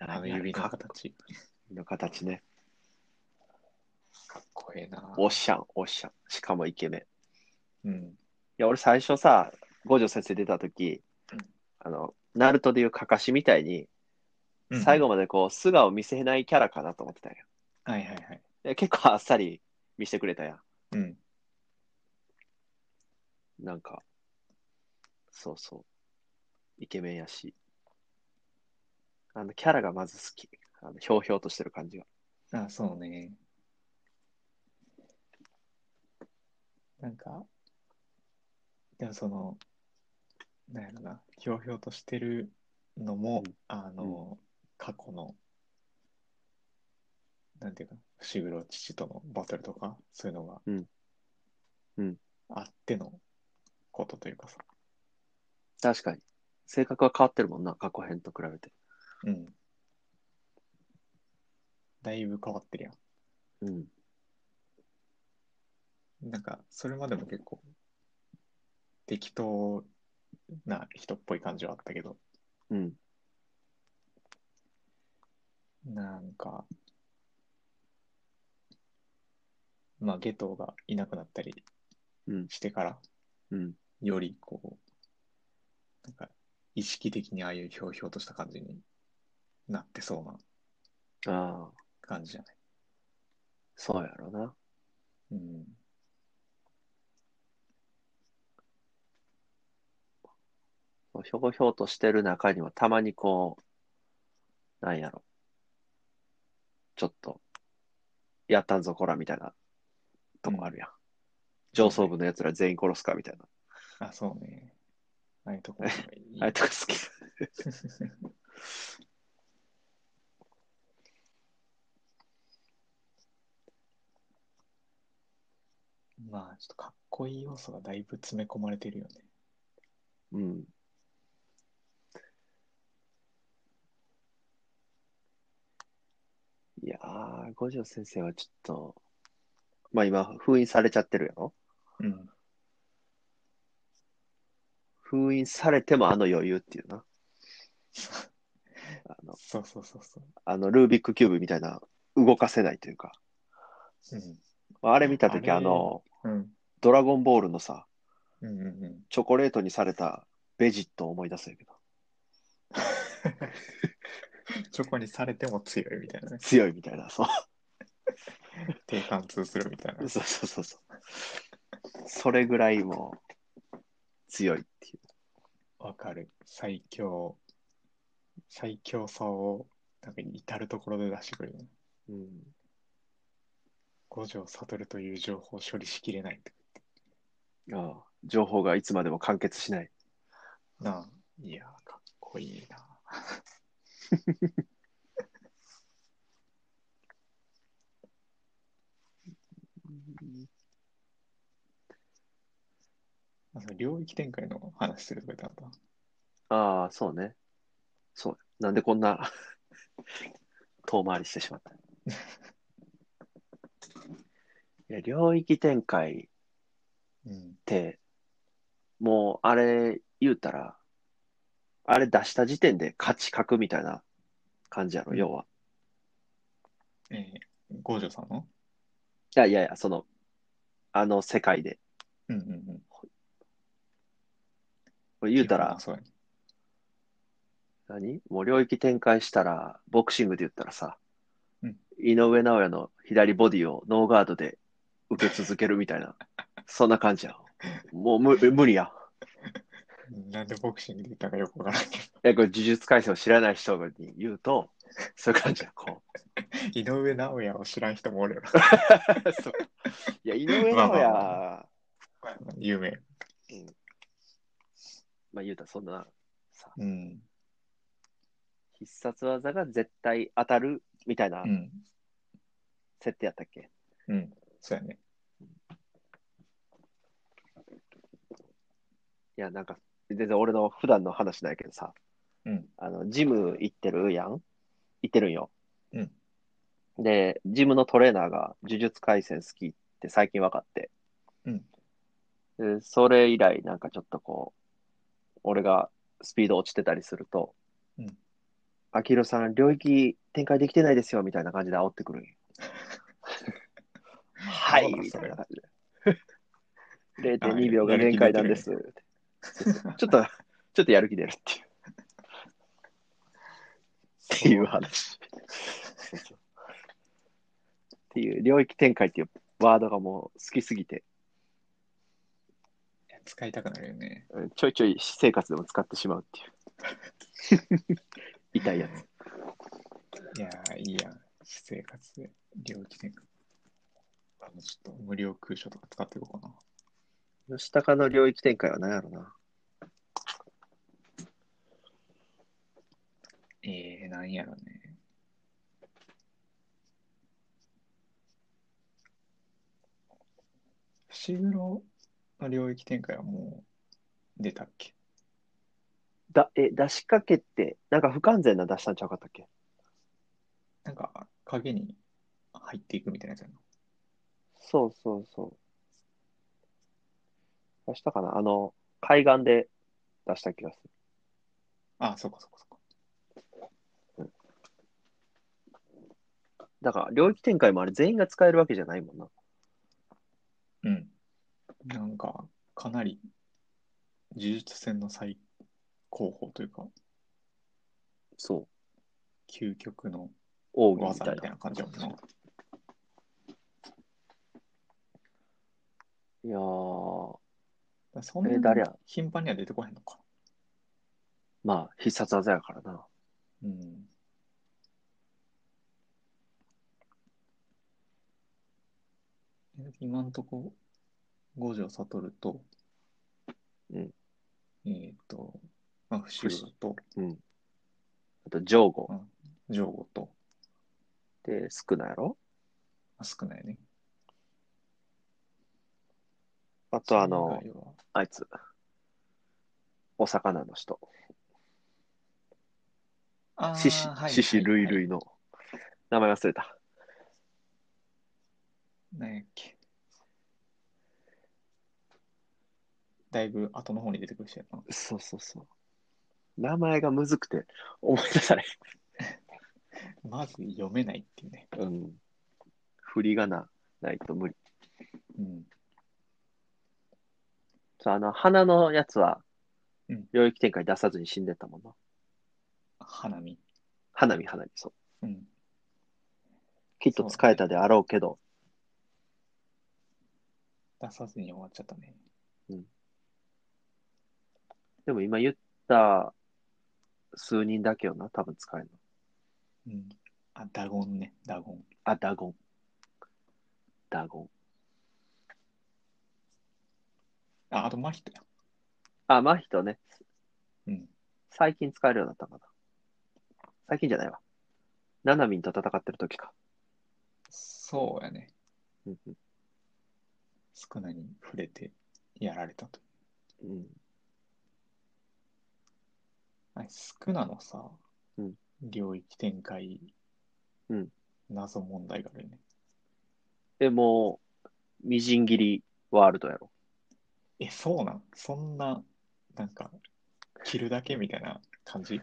B: あの指の
A: かっこ
B: 形。
A: いいの形ね。
B: かっこええな。
A: おっしゃん、おっしゃん。しかもイケメン。
B: うん。
A: いや、俺最初さ、五条先生出た時
B: うん
A: あの、ナルトでいうカカシみたいに、最後までこう、素顔見せないキャラかなと思ってたんよ
B: うん。はいはいはい。
A: で結構あっさり見せてくれたや
B: うん。
A: ん。なんか、そうそう。イケメンやし。あの、キャラがまず好き。あの、ひょうひょうとしてる感じが。
B: あ、そうね。なんか、でもその、なんやろな、ひょうひょうとしてるのも、
A: うん
B: あの、過去の、なんていうか、伏黒父とのバトルとか、そういうのが、
A: うんうん
B: あってのことというかさ、
A: 確かに。性格は変わってるもんな、過去編と比べて。
B: うん。だいぶ変わってるやん。
A: うん。
B: なんか、それまでも結構、適当な人っぽい感じはあったけど、
A: うん。
B: なんか、まあ、ゲトがいなくなったり
A: うん。
B: してから、
A: うん。
B: よりこう、なんか、意識的にああいうひょうひょうとした感じになってそうな
A: ああ、
B: 感じじゃない。
A: そうやろな。
B: うん。
A: ひょうひょうとしてる中にはたまにこう、なんやろ。ちょっと、やったんぞこらみたいなとこあるやん。上層部のやつら全員殺すかみたいな。
B: あ、そうね。ああいうところがいい
A: <laughs> あれとか好き。
B: <laughs> まあ、ちょっとかっこいい要素がだいぶ詰め込まれてるよね。
A: うん。いやー、五条先生はちょっと、まあ今、封印されちゃってるやろ
B: うん。
A: 封印されてもあの余裕っていうな。あの、
B: そうそうそうそう。
A: あのルービックキューブみたいな、動かせないというか。まああれ見たとき、
B: あれ
A: あの、
B: うん。うん。
A: ドラゴンボールのさ、
B: うんうんうん。
A: チョコレートにされたベジットを思い出すんやけど、
B: チョコにされても強いみたいなね。
A: 強いみたいな、そう。
B: 低貫通するみたいな。
A: そうそうそうそう。それぐらいもう強いっていう。
B: わかる。最強。最強さを、なんか至るところで出してくるよね。
A: うん、
B: 五条悟という情報を処理しきれないって。
A: ああ情報がいつまでも完結しない。
B: なあ。いやー、かっこいいな。 <laughs> あその領域展開の話するとか言ってなかっ。
A: ああ、そうね。そう。なんでこんな遠回りしてしま <laughs> った。いや、領域展開った
B: うん。
A: て、もうあれ言うたら、あれ出した時点で価値格みたいな感じやろ、
B: うん
A: 要は。
B: えー、五条さんの
A: いやいやいや、その、あの世界で。
B: うんうんうん。
A: 言うたら
B: あ、そうやね。
A: 何もう領域展開したら、ボクシングで言ったらさ、
B: うん
A: 井上尚弥の左ボディをノーガードで受け続けるみたいな、 <laughs> そんな感じやん。もう無無理やん。
B: なんでボクシングで言ったのかよくわからんけ
A: いや、これ呪術改正を知らない人に言うと、そういう感じやん、こ
B: ど。井上尚弥を知らん人もおるよ <laughs> な。
A: う。そういや、井上尚弥、
B: まあまあ有名。
A: まあ言うたらそんな、さ、
B: うん。
A: 必殺技が絶対当たるみたいな
B: うん。
A: 設定やったっけ、
B: うん。そうやね。
A: いや、なんか、全然俺の普段の話なんやけどさ、
B: うん
A: あの、ジム行ってるやん行ってるんよ。
B: うん
A: で、ジムのトレーナーが呪術廻戦好きって最近分かって。
B: うん
A: でそれ以来、なんかちょっとこう、俺がスピード落ちてたりすると、
B: うん
A: アキロさん、領域展開できてないですよ、みたいな感じで煽ってくるん
B: <laughs>
A: よ。はい、みたいな感じで。0.2秒が限界なんです。ちょっと、ちょっとやる気出るっていう。っていう話。っていう、領域展開っていうワードがもう好きすぎて、
B: 使いたくなるよね。
A: うんちょいちょい私生活でも使ってしまうっていう。 <laughs> 痛いやつ。
B: いやー、いいやん。私生活で、領域展開。あの、ちょっと無料空所とか使っていこうかな。
A: 吉高の領域展開は何やろな。
B: えー、なんやろね。伏黒の領域展開はもう出たっけ
A: だ、え、出しかけて、なんか不完全な出したんちゃうかったっけ
B: なんか影に入っていくみたいなやつやな。
A: そうそうそう。出したかなあの、海岸で出した気がする。
B: あ、そっかそっかそっか。
A: だから、領域展開もあれ全員が使えるわけじゃないもんな。
B: うん。なんか、かなり、呪術戦の最高峰というか、
A: そう。
B: 究極の
A: 奥義
B: 技
A: みたい
B: みたい
A: な。
B: な感じだもんな。
A: いやー、
B: そんな
A: え誰や
B: 頻繁には出てこへんのか。
A: まあ、必殺技やからな。
B: うん。今んとこ、五条悟と、
A: うん
B: えっ、と、まあ、伏黒と、
A: あと、ジョーゴ
B: ジョーゴと、
A: って少ないやろ
B: あ少ないね。
A: あとあの
B: そ、以外は
A: あいつ、お魚の人、
B: あー
A: 獅子、
B: はい
A: 獅子類
B: はいはい
A: 類の、名前忘れた。
B: 何やっけ。だいぶ後の方に出てくる人やな。
A: そうそうそう。名前がむずくて思い出さない。
B: まず読めないっていうね。
A: うん。振りがな、ないと無理。
B: うん。
A: そうあの、花のやつは
B: うん、
A: 領域展開出さずに死んでったもんな。
B: 花見。
A: 花見花見、そう。
B: うん。
A: きっと使えたであろうけど、
B: 出さずに終わっちゃったね。
A: でも今言った数人だけよな、多分使えるの。
B: うん。あ、ダゴンね。ダゴン。
A: あ、ダゴン。ダゴン。
B: あ、あとマヒトや。
A: あ、マヒトね。
B: うん。
A: 最近使えるようになったかな。最近じゃないわ。ナナミンと戦ってる時か。
B: そうやね。
A: うんうん
B: 少なに触れてやられたと。
A: うん、
B: あれ、少なのさ、
A: うん
B: 領域展開、
A: うん
B: 謎問題があるよね。
A: え、もう、みじん切りワールドやろ。
B: え、そうなんそんな、なんか、切るだけみたいな感じ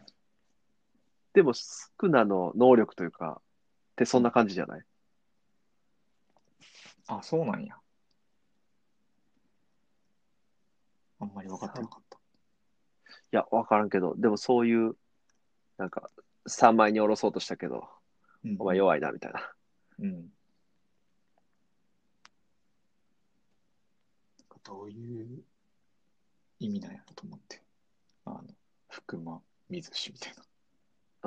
A: でも、スクナの能力というか、ってそんな感じじゃない
B: あ、そうなんや。あんまり分かってなかった。
A: いや、わからんけど、でもそういう、なんか、3枚に下ろそうとしたけど、お前弱いな、みたいな。
B: うん。うん。どういう意味なんやろと思って。あの、福間水志みたいな。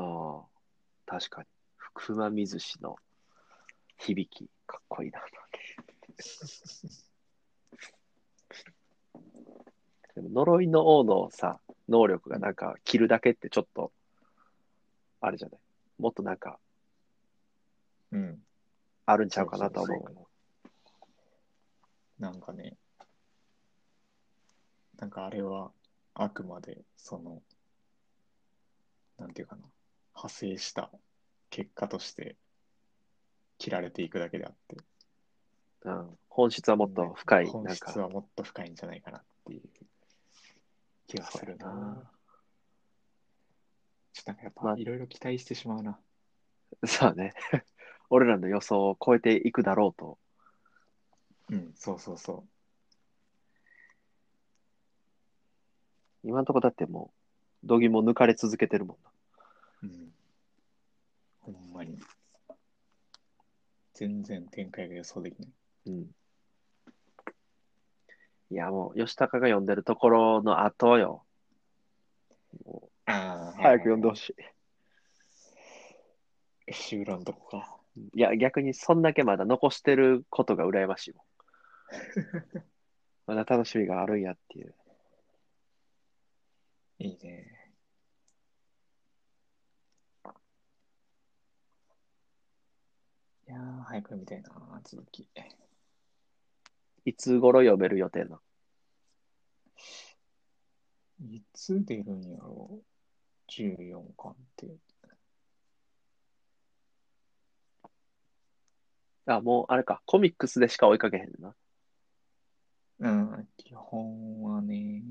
A: ああ、確かに。福間水氏の響き、か <laughs> っこいいな。でも呪いの王のさ、能力がなんか、切るだけってちょっと、あれじゃないもっとなんか、
B: うん。
A: あるんちゃうかなとは思うけど。
B: なんかね、なんかあれはあくまでその、なんていうかな、派生した結果として切られていくだけであって、
A: うん、本質はもっと深い、
B: 本
A: なん
B: 質
A: か、
B: はもっと深いんじゃないかなっていう気がするな。
A: そうやな
B: ちょっとなんかやっ
A: ま
B: ぱ
A: あ
B: いろいろ期待してしまうな。
A: そうね。 <laughs> 俺らの予想を超えていくだろうと。
B: うん、そうそうそ
A: 今のところだってもう、度肝抜かれ続けてるもんな。
B: う。うん。ほんまに。全然展開が予想できない。
A: うん。いや、もう、吉高が読んでるところの後よ。もう
B: ああ、
A: 早く読んでほしい。
B: 終了のとこか。
A: いや、逆にそんだけまだ残してることが羨ましいもん。 <laughs> まだ楽しみがあるんやっていう。
B: いいね。いやー、早く読みたいな、続き。
A: いつ頃読める予定なの
B: いつ出るんやろう ?14 巻って。
A: あ、もう、あれか、コミックスでしか追いかけへんな。
B: うん、基本はね。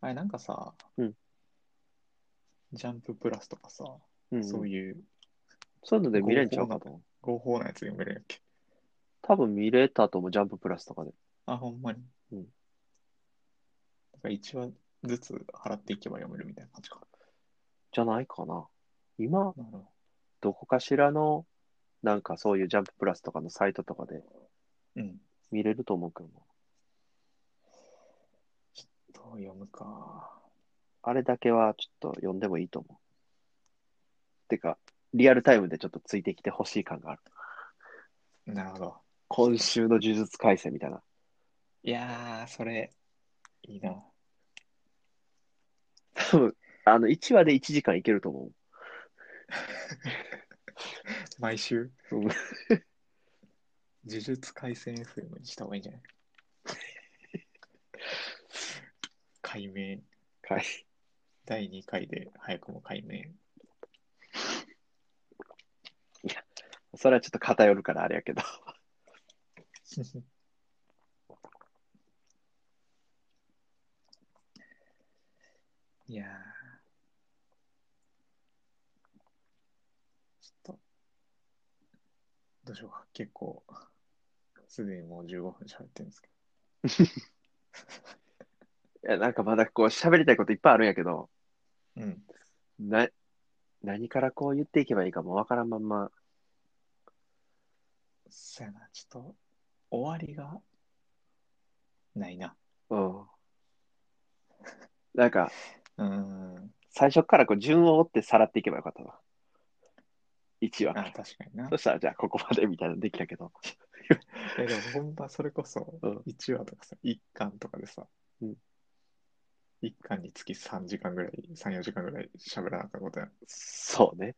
B: あれ、なんかさ、
A: うん
B: ジャンププラスとかさ、
A: うん、
B: そういう
A: そういうので見れんちゃうかと思う。
B: 合法なやつ読めるんやっけ。
A: 多分見れたと思う、ジャンププラスとかで。
B: あ、ほんまに。
A: うん。
B: なんか1話ずつ払っていけば読めるみたいな感じか。
A: じゃないかな。
B: な
A: 今、
B: るほど。
A: どこかしらの、なんかそういうジャンププラスとかのサイトとかで
B: うん。
A: 見れると思うけどな。
B: どう読むか。
A: あれだけはちょっと読んでもいいと思う。てか、リアルタイムでちょっとついてきてほしい感がある。
B: なるほど。
A: 今週の呪術改正みたいな。
B: いやー、それ、いいな。
A: 多分、あの、1話で1時間いけると思
B: 毎週、
A: う。うん
B: 呪術廻戦 FM にした方がいいんじゃない解明、
A: はい。
B: 第2回で早くも解明。 <laughs>
A: それはちょっと偏るからあれやけど。
B: いやーちょっと、どうしようか。結構、すでにもう15分喋ってるんですけど。
A: いや、なんかまだこう喋りたいこといっぱいあるんやけど、
B: うん。
A: な、何からこう言っていけばいいかもわからんまんま。
B: そやな、ちょっと、終わりが、ないな。
A: うん。なんか、
B: うーん。
A: 最初からこう順を追ってさらっていけばよかったな。1
B: あ、
A: 話。
B: 確かにな
A: <laughs> そ。したら、じゃあここまでみたいなのできたけど。
B: えでもほんまそれこそ
A: うん
B: 1話とかさ1巻とかでさ、
A: うん
B: 1巻につき3時間ぐらい34時間ぐらい喋らなかったことや
A: そうね。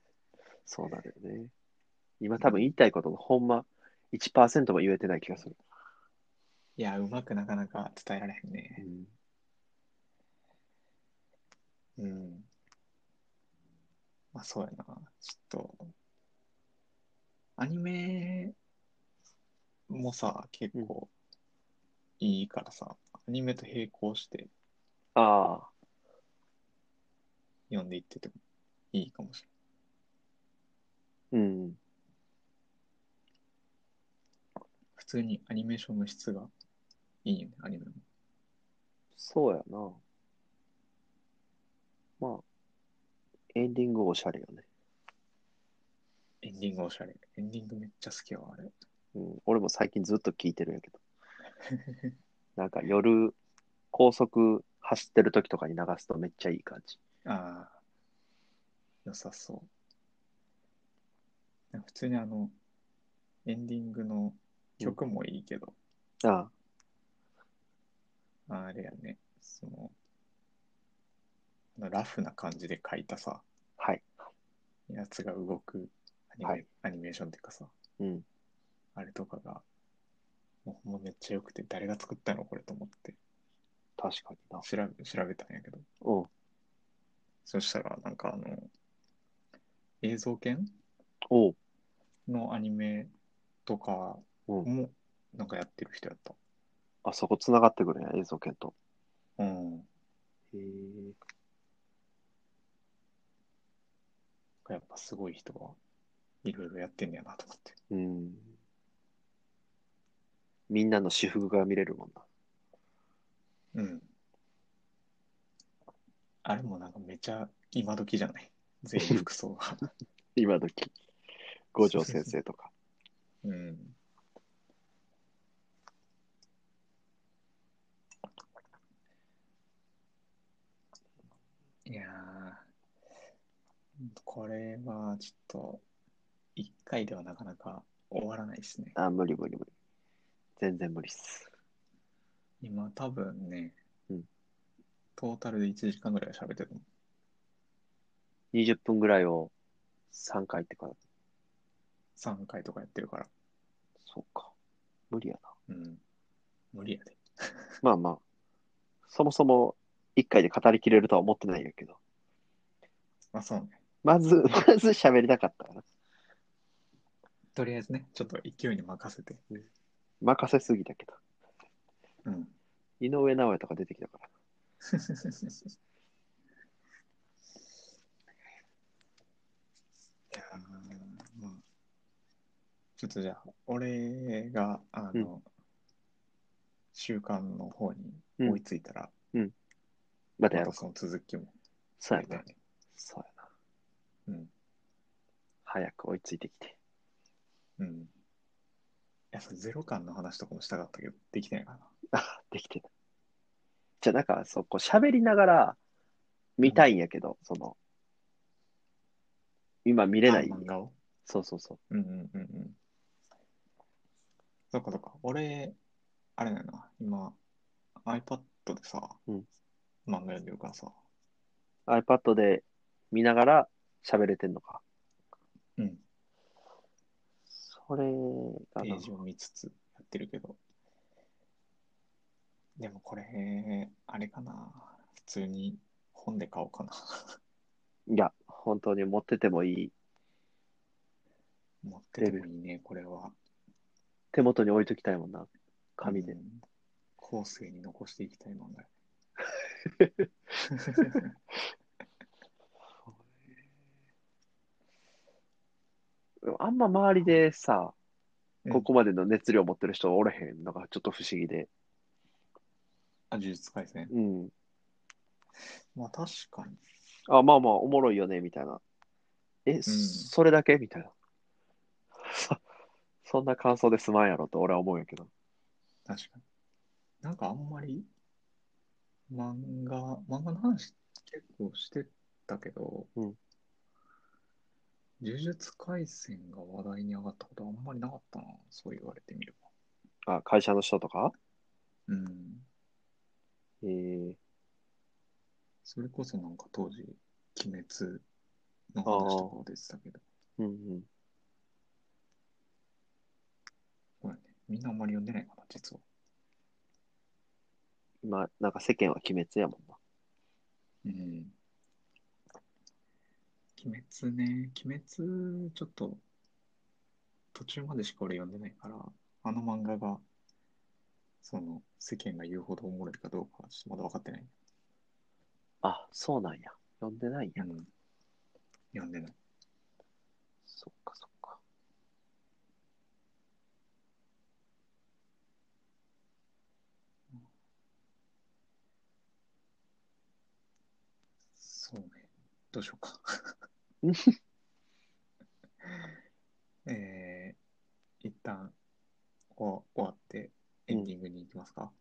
A: そうなんだよね。今多分言いたいことのほんま1%も言えてない気がする。
B: いやうまくなかなか伝えられへんねうんまあそうやなちょっとアニメもさ結構いいからさ、アニメと並行して
A: ああ、
B: 読んでいっててもいいかもしれない
A: うん。
B: 普通にアニメーションの質がいいよねアニメも
A: そうやな。まあ、エンディングおしゃれよね。
B: エンディングおしゃれ。エンディングめっちゃ好きやわ、あれ。
A: うん、俺も最近ずっと聞いてるんや
B: <laughs>
A: けど。なんか夜、高速走ってる時とかに流すとめっちゃいい感じ。
B: ああ。良さそう。普通にあの、エンディングの曲もいいけど、
A: あ
B: あれやね、その、あのラフな感じで書いたさ、
A: あ、はい。
B: やつが動くアニメ,、
A: はい
B: アニメーションっていうかさ、
A: うん。
B: あれとかが、もうほんまめっちゃ良くて、誰が作ったのこれと思って
A: 確かにな。
B: 調べ調べたんやけど、
A: うん。
B: そしたらなんかあの、映像犬
A: おう。
B: のアニメとか
A: うん。
B: もなんかやってる人やった。
A: あそこ繋がってくるんや、映像圏と。
B: うん。なん
A: へえ。
B: かやっぱすごい人がいろいろやってんねやなと思って。
A: うん。みんなの私服が見れるもんな。
B: うん。あれもなんかめちゃ今時じゃ <laughs> ない全員服装が。
A: 今時。五条先生とか。 <laughs>
B: うん。いやー、これはちょっと、一回ではなかなか終わらないですね。
A: あ、無理無理無理。全然無理っす。
B: 今多分ね、
A: うん
B: トータルで1時間ぐらいは喋ってると思
A: 20分ぐらいを3回ってから。
B: う。3回とかやってるから。
A: そうか。無理やな。
B: うん。無理やで。
A: まあまあ。そもそも1回で語りきれるとは思ってないんやけど。
B: まあそうね。
A: まず、 <laughs> まず喋りたかったかな。
B: とりあえずね、ちょっと勢いに任せて。
A: 任せすぎたけど。
B: うん。 <laughs>
A: 井上尚弥とか出てきたから。
B: いやーまあちょっとじゃあ、俺が、あの、習慣の方に追いついたら、
A: またや
B: また
A: ろうか。
B: その続きも
A: そうや
B: た
A: な。
B: いね。
A: そうやな。
B: うん。
A: 早く追いついてきて。
B: うん。いや、そのゼロ感の話とかもしたかったけど、できてないかな。
A: あ、できてた。じゃあ、なんか、そう、こう、喋りながら見たいんやけど、その、今見れない
B: あ。漫画を
A: そうそうそう。
B: うんうんうんうん。そっかそっか。俺、あれだよな。今、iPad でさ、
A: うん
B: 漫画読んでるからさ。
A: iPad で見ながら喋れてんのか。
B: うん。
A: それが
B: ペ
A: な
B: ージを見つつやってるけど。でもこれ、あれかな。普通に本で買おうかな。
A: いや、本当に持っててもいい。
B: 持っててもいいね、これは。
A: 手元に置いときたいもんな。紙で
B: う。ん後世に残していきたい漫画。
A: あんま周りでさ、
B: <laughs> うん
A: <laughs> ここまでの熱量持ってる人おれへんのがちょっと不思議で。
B: あ、呪術廻戦。
A: うん。
B: まあ確かに。
A: あ、まあまあ、おもろいよね、みたいな。え、それだけみたいな。 <laughs> そそんな感想ですまんやろと俺は思うんやけど。
B: 確かに。なんかあんまり漫画、漫画の話結構してたけど、
A: うん
B: 呪術廻戦が話題に上がったことはあんまりなかったな、そう言われてみれば。
A: あ、会社の人とか
B: うん。
A: えー、
B: それこそなんか当時、鬼滅の話とかも出てたけど、
A: うんうん。
B: ほらね、みんなあんまり読んでないかな、実は。
A: 今、なんか世間は鬼滅やもんな。
B: うん。鬼滅ね、鬼滅、ちょっと、途中までしか俺読んでないから、あの漫画が、その、世間が言うほどおもろいかどうかは、ちょっとまだ分かってない。
A: あ、そうなんや。読んでないんや。
B: うん。読んでない。
A: そっかそっか。
B: そうね。どうしよう <laughs> か。えー、一旦、お終わって、エンディングに行きますか。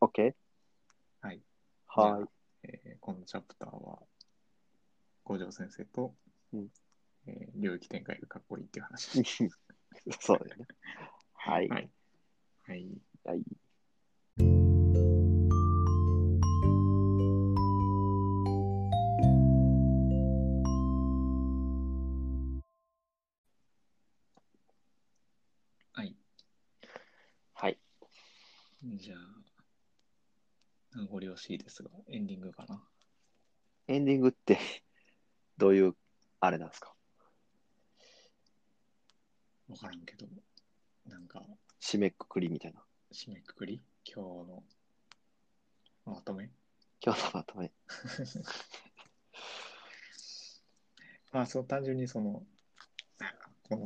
A: オッケ
B: はい。
A: ーはーい。
B: い。えーこのチャプターは、五条先生と、
A: うん
B: えー領域展開がかっこいいっていう話。
A: <laughs> そうだよね。はい。
B: はい。はい。
A: はい。
B: はい。
A: はい。
B: じゃあ、名残惜しいですが、エンディングかな。
A: エンディングって、どういう、あれなんですか
B: わからんけど、なんか、
A: 締めくくりみたいな。
B: 締めくくり今日のまとめ
A: 今日のまとめ。
B: まあ、そう、単純にその、なんかこ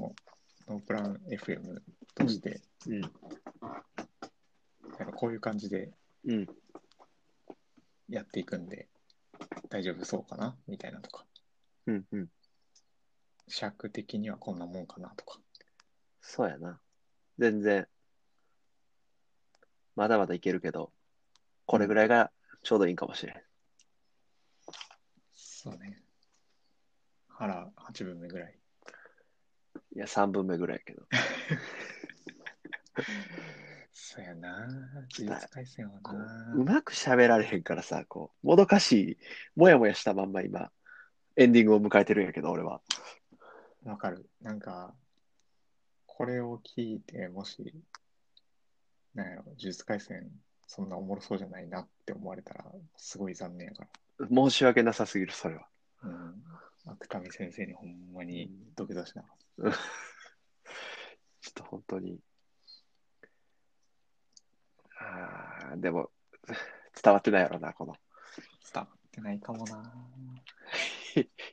B: の、ノープラン FM として、
A: うん。
B: なんかこういう感じで
A: うん。
B: やっていくんで、大丈夫そうかなみたいなとか、
A: うん。うん。
B: 尺的にはこんなもんかなとか。
A: そうやな。全然、まだまだいけるけど、これぐらいがちょうどいいんかもしれん。
B: そうね。腹8分目ぐらい。
A: いや、3分目ぐらいやけど。
B: そうやな。呪術廻戦は
A: こ
B: な。
A: ううまく喋られへんからさ、こう、もどかしい、もやもやしたまんま今、エンディングを迎えてるんやけど、俺は。
B: わかる。なんか、これを聞いて、もし、なんやろ、呪術廻戦、そんなおもろそうじゃないなって思われたら、すごい残念やか
A: 申し訳なさすぎる、それは。
B: ら。うん。芥見先生にほんまに土下座しながら。
A: ちょっと本当に。あーでも、伝わってないやろな、この。
B: 伝わってないかもな。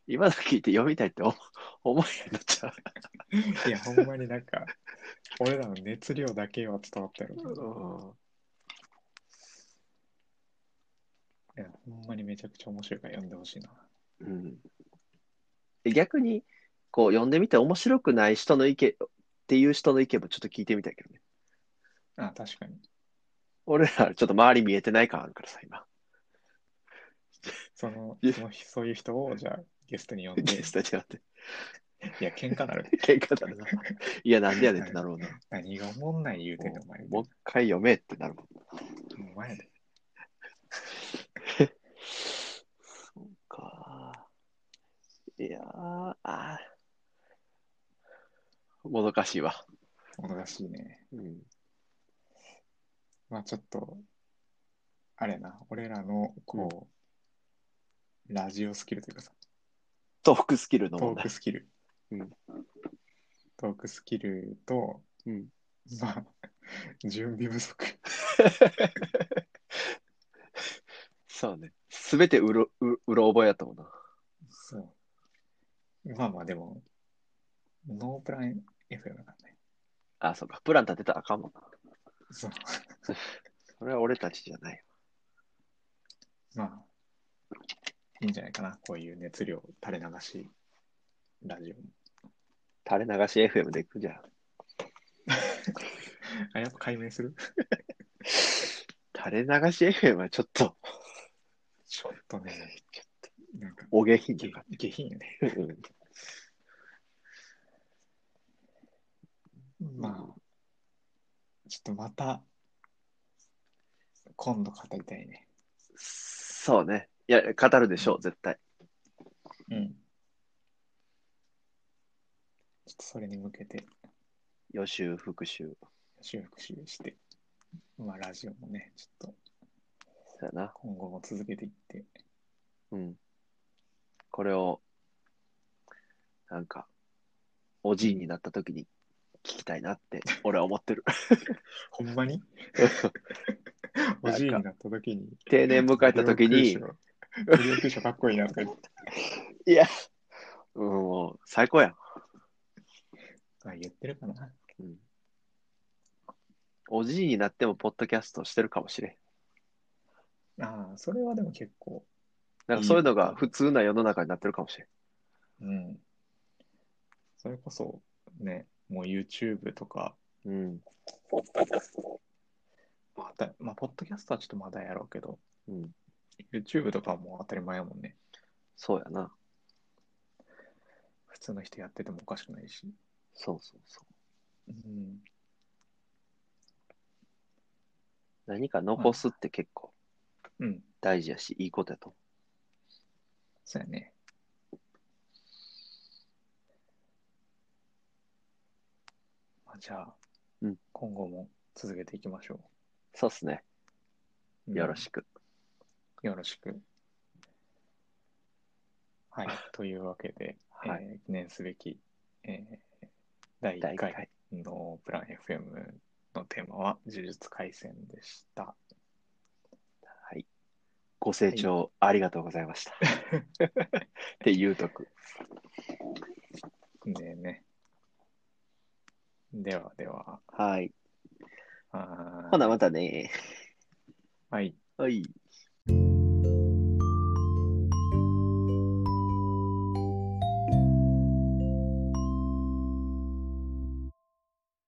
A: 今の聞いて読みたいって思思えへんのちゃう。
B: いや、ほんまになんか、俺らの熱量だけは伝わったよ。
A: うん
B: いや、ほんまにめちゃくちゃ面白いから読んでほしいな。
A: うん逆にこう読んでみて面白くない人の意見っていう人の意見もちょっと聞いてみたいけどね
B: あ、確かに。
A: 俺らちょっと周り見えてない感あるからさ今
B: その
A: いや、
B: そのそういう人を、じゃあ、ゲストに呼んで、
A: ゲ
B: い
A: ストに会って
B: や、喧嘩なる。
A: 喧嘩だないやなんでやねんってなろうな
B: <laughs> 何がおもんない言うてんの、お前。
A: もう一回読めってなるもん
B: お前で。
A: そうかいやーあーもどかしいわ、
B: もどかしいね。
A: うん、
B: まあちょっと、あれやな、俺らの、こう、ラジオスキルというかさ、
A: トークスキルの
B: ト
A: 問
B: ー
A: 題
B: ク。スキル。
A: うん
B: トークスキルと、
A: うん。
B: まあ、 <laughs> 準備不足。
A: そうね。すべてうろ、う、うろ覚えやったもんな。
B: そう。まあまあ、でも、ノープラン FM だからね。
A: あ、そうか。プラン立てたらあかんもんな。
B: そう。
A: それは俺たちじゃない。
B: まあ、いいんじゃないかな。こういう熱量垂れ流し、ラジオも。
A: 垂れ流し FM で行くじゃん。
B: あ、やっぱ解明する
A: 垂れ流し FM はちょっと、 <laughs>
B: ちょっとね、ちょっと、なんか、
A: お下品とい
B: 下
A: うか。
B: 下品よね。
A: うん
B: まあ、ちょっとまた、今度語りたいね。
A: そうね。いや、語るでしょう、絶対。
B: うん。ちょっとそれに向けて、
A: 予習、復習。
B: 修復習して、まあ、ラジオもね、ちょっと、
A: そうやな。
B: 今後も続けていって、
A: うん。これを、なんか、おじいになった時に聞きたいなって、俺は思 <laughs> ってる。
B: ほんま <laughs> におじいになった時に、
A: 定年迎えた時に、
B: ブリオクーションかっこいいなとか言って
A: いや、うん、もう、最高やん。
B: あ言ってるかな。
A: うん。おじいになっても、ポッドキャストしてるかもしれん。
B: ああ、それはでも結構、
A: なんかそういうのが普通な世の中になってるかもしれん。
B: うん。それこそ、ね、もう YouTube とか、
A: うん。
B: また、まあ、ポッドキャストはちょっとまだやろうけど、
A: うん。
B: YouTube とかはもう当たり前やもんね。
A: そうやな。
B: 普通の人やっててもおかしくないし。
A: そうそうそう。
B: うん。
A: 何か残すって結構
B: うん。
A: 大事やし、いいことやと思
B: そうやね。まあ、じゃあ、
A: うん
B: 今後も続けていきましょ
A: う。そうっすね。
B: う。
A: よろしく。
B: く。よろしく。
A: <laughs>
B: はい。というわけで、
A: はい
B: えー記念すべき、えー第
A: 第
B: 1
A: 1
B: 回
A: 回。
B: のプラン FM のテーマは「呪術廻戦」でした。
A: はい。ご清聴ありがとうございま
B: <laughs>
A: した。って言うとく。
B: でね。ではでは。
A: はい。
B: あー
A: ほな、またね。
B: はい。
A: はい。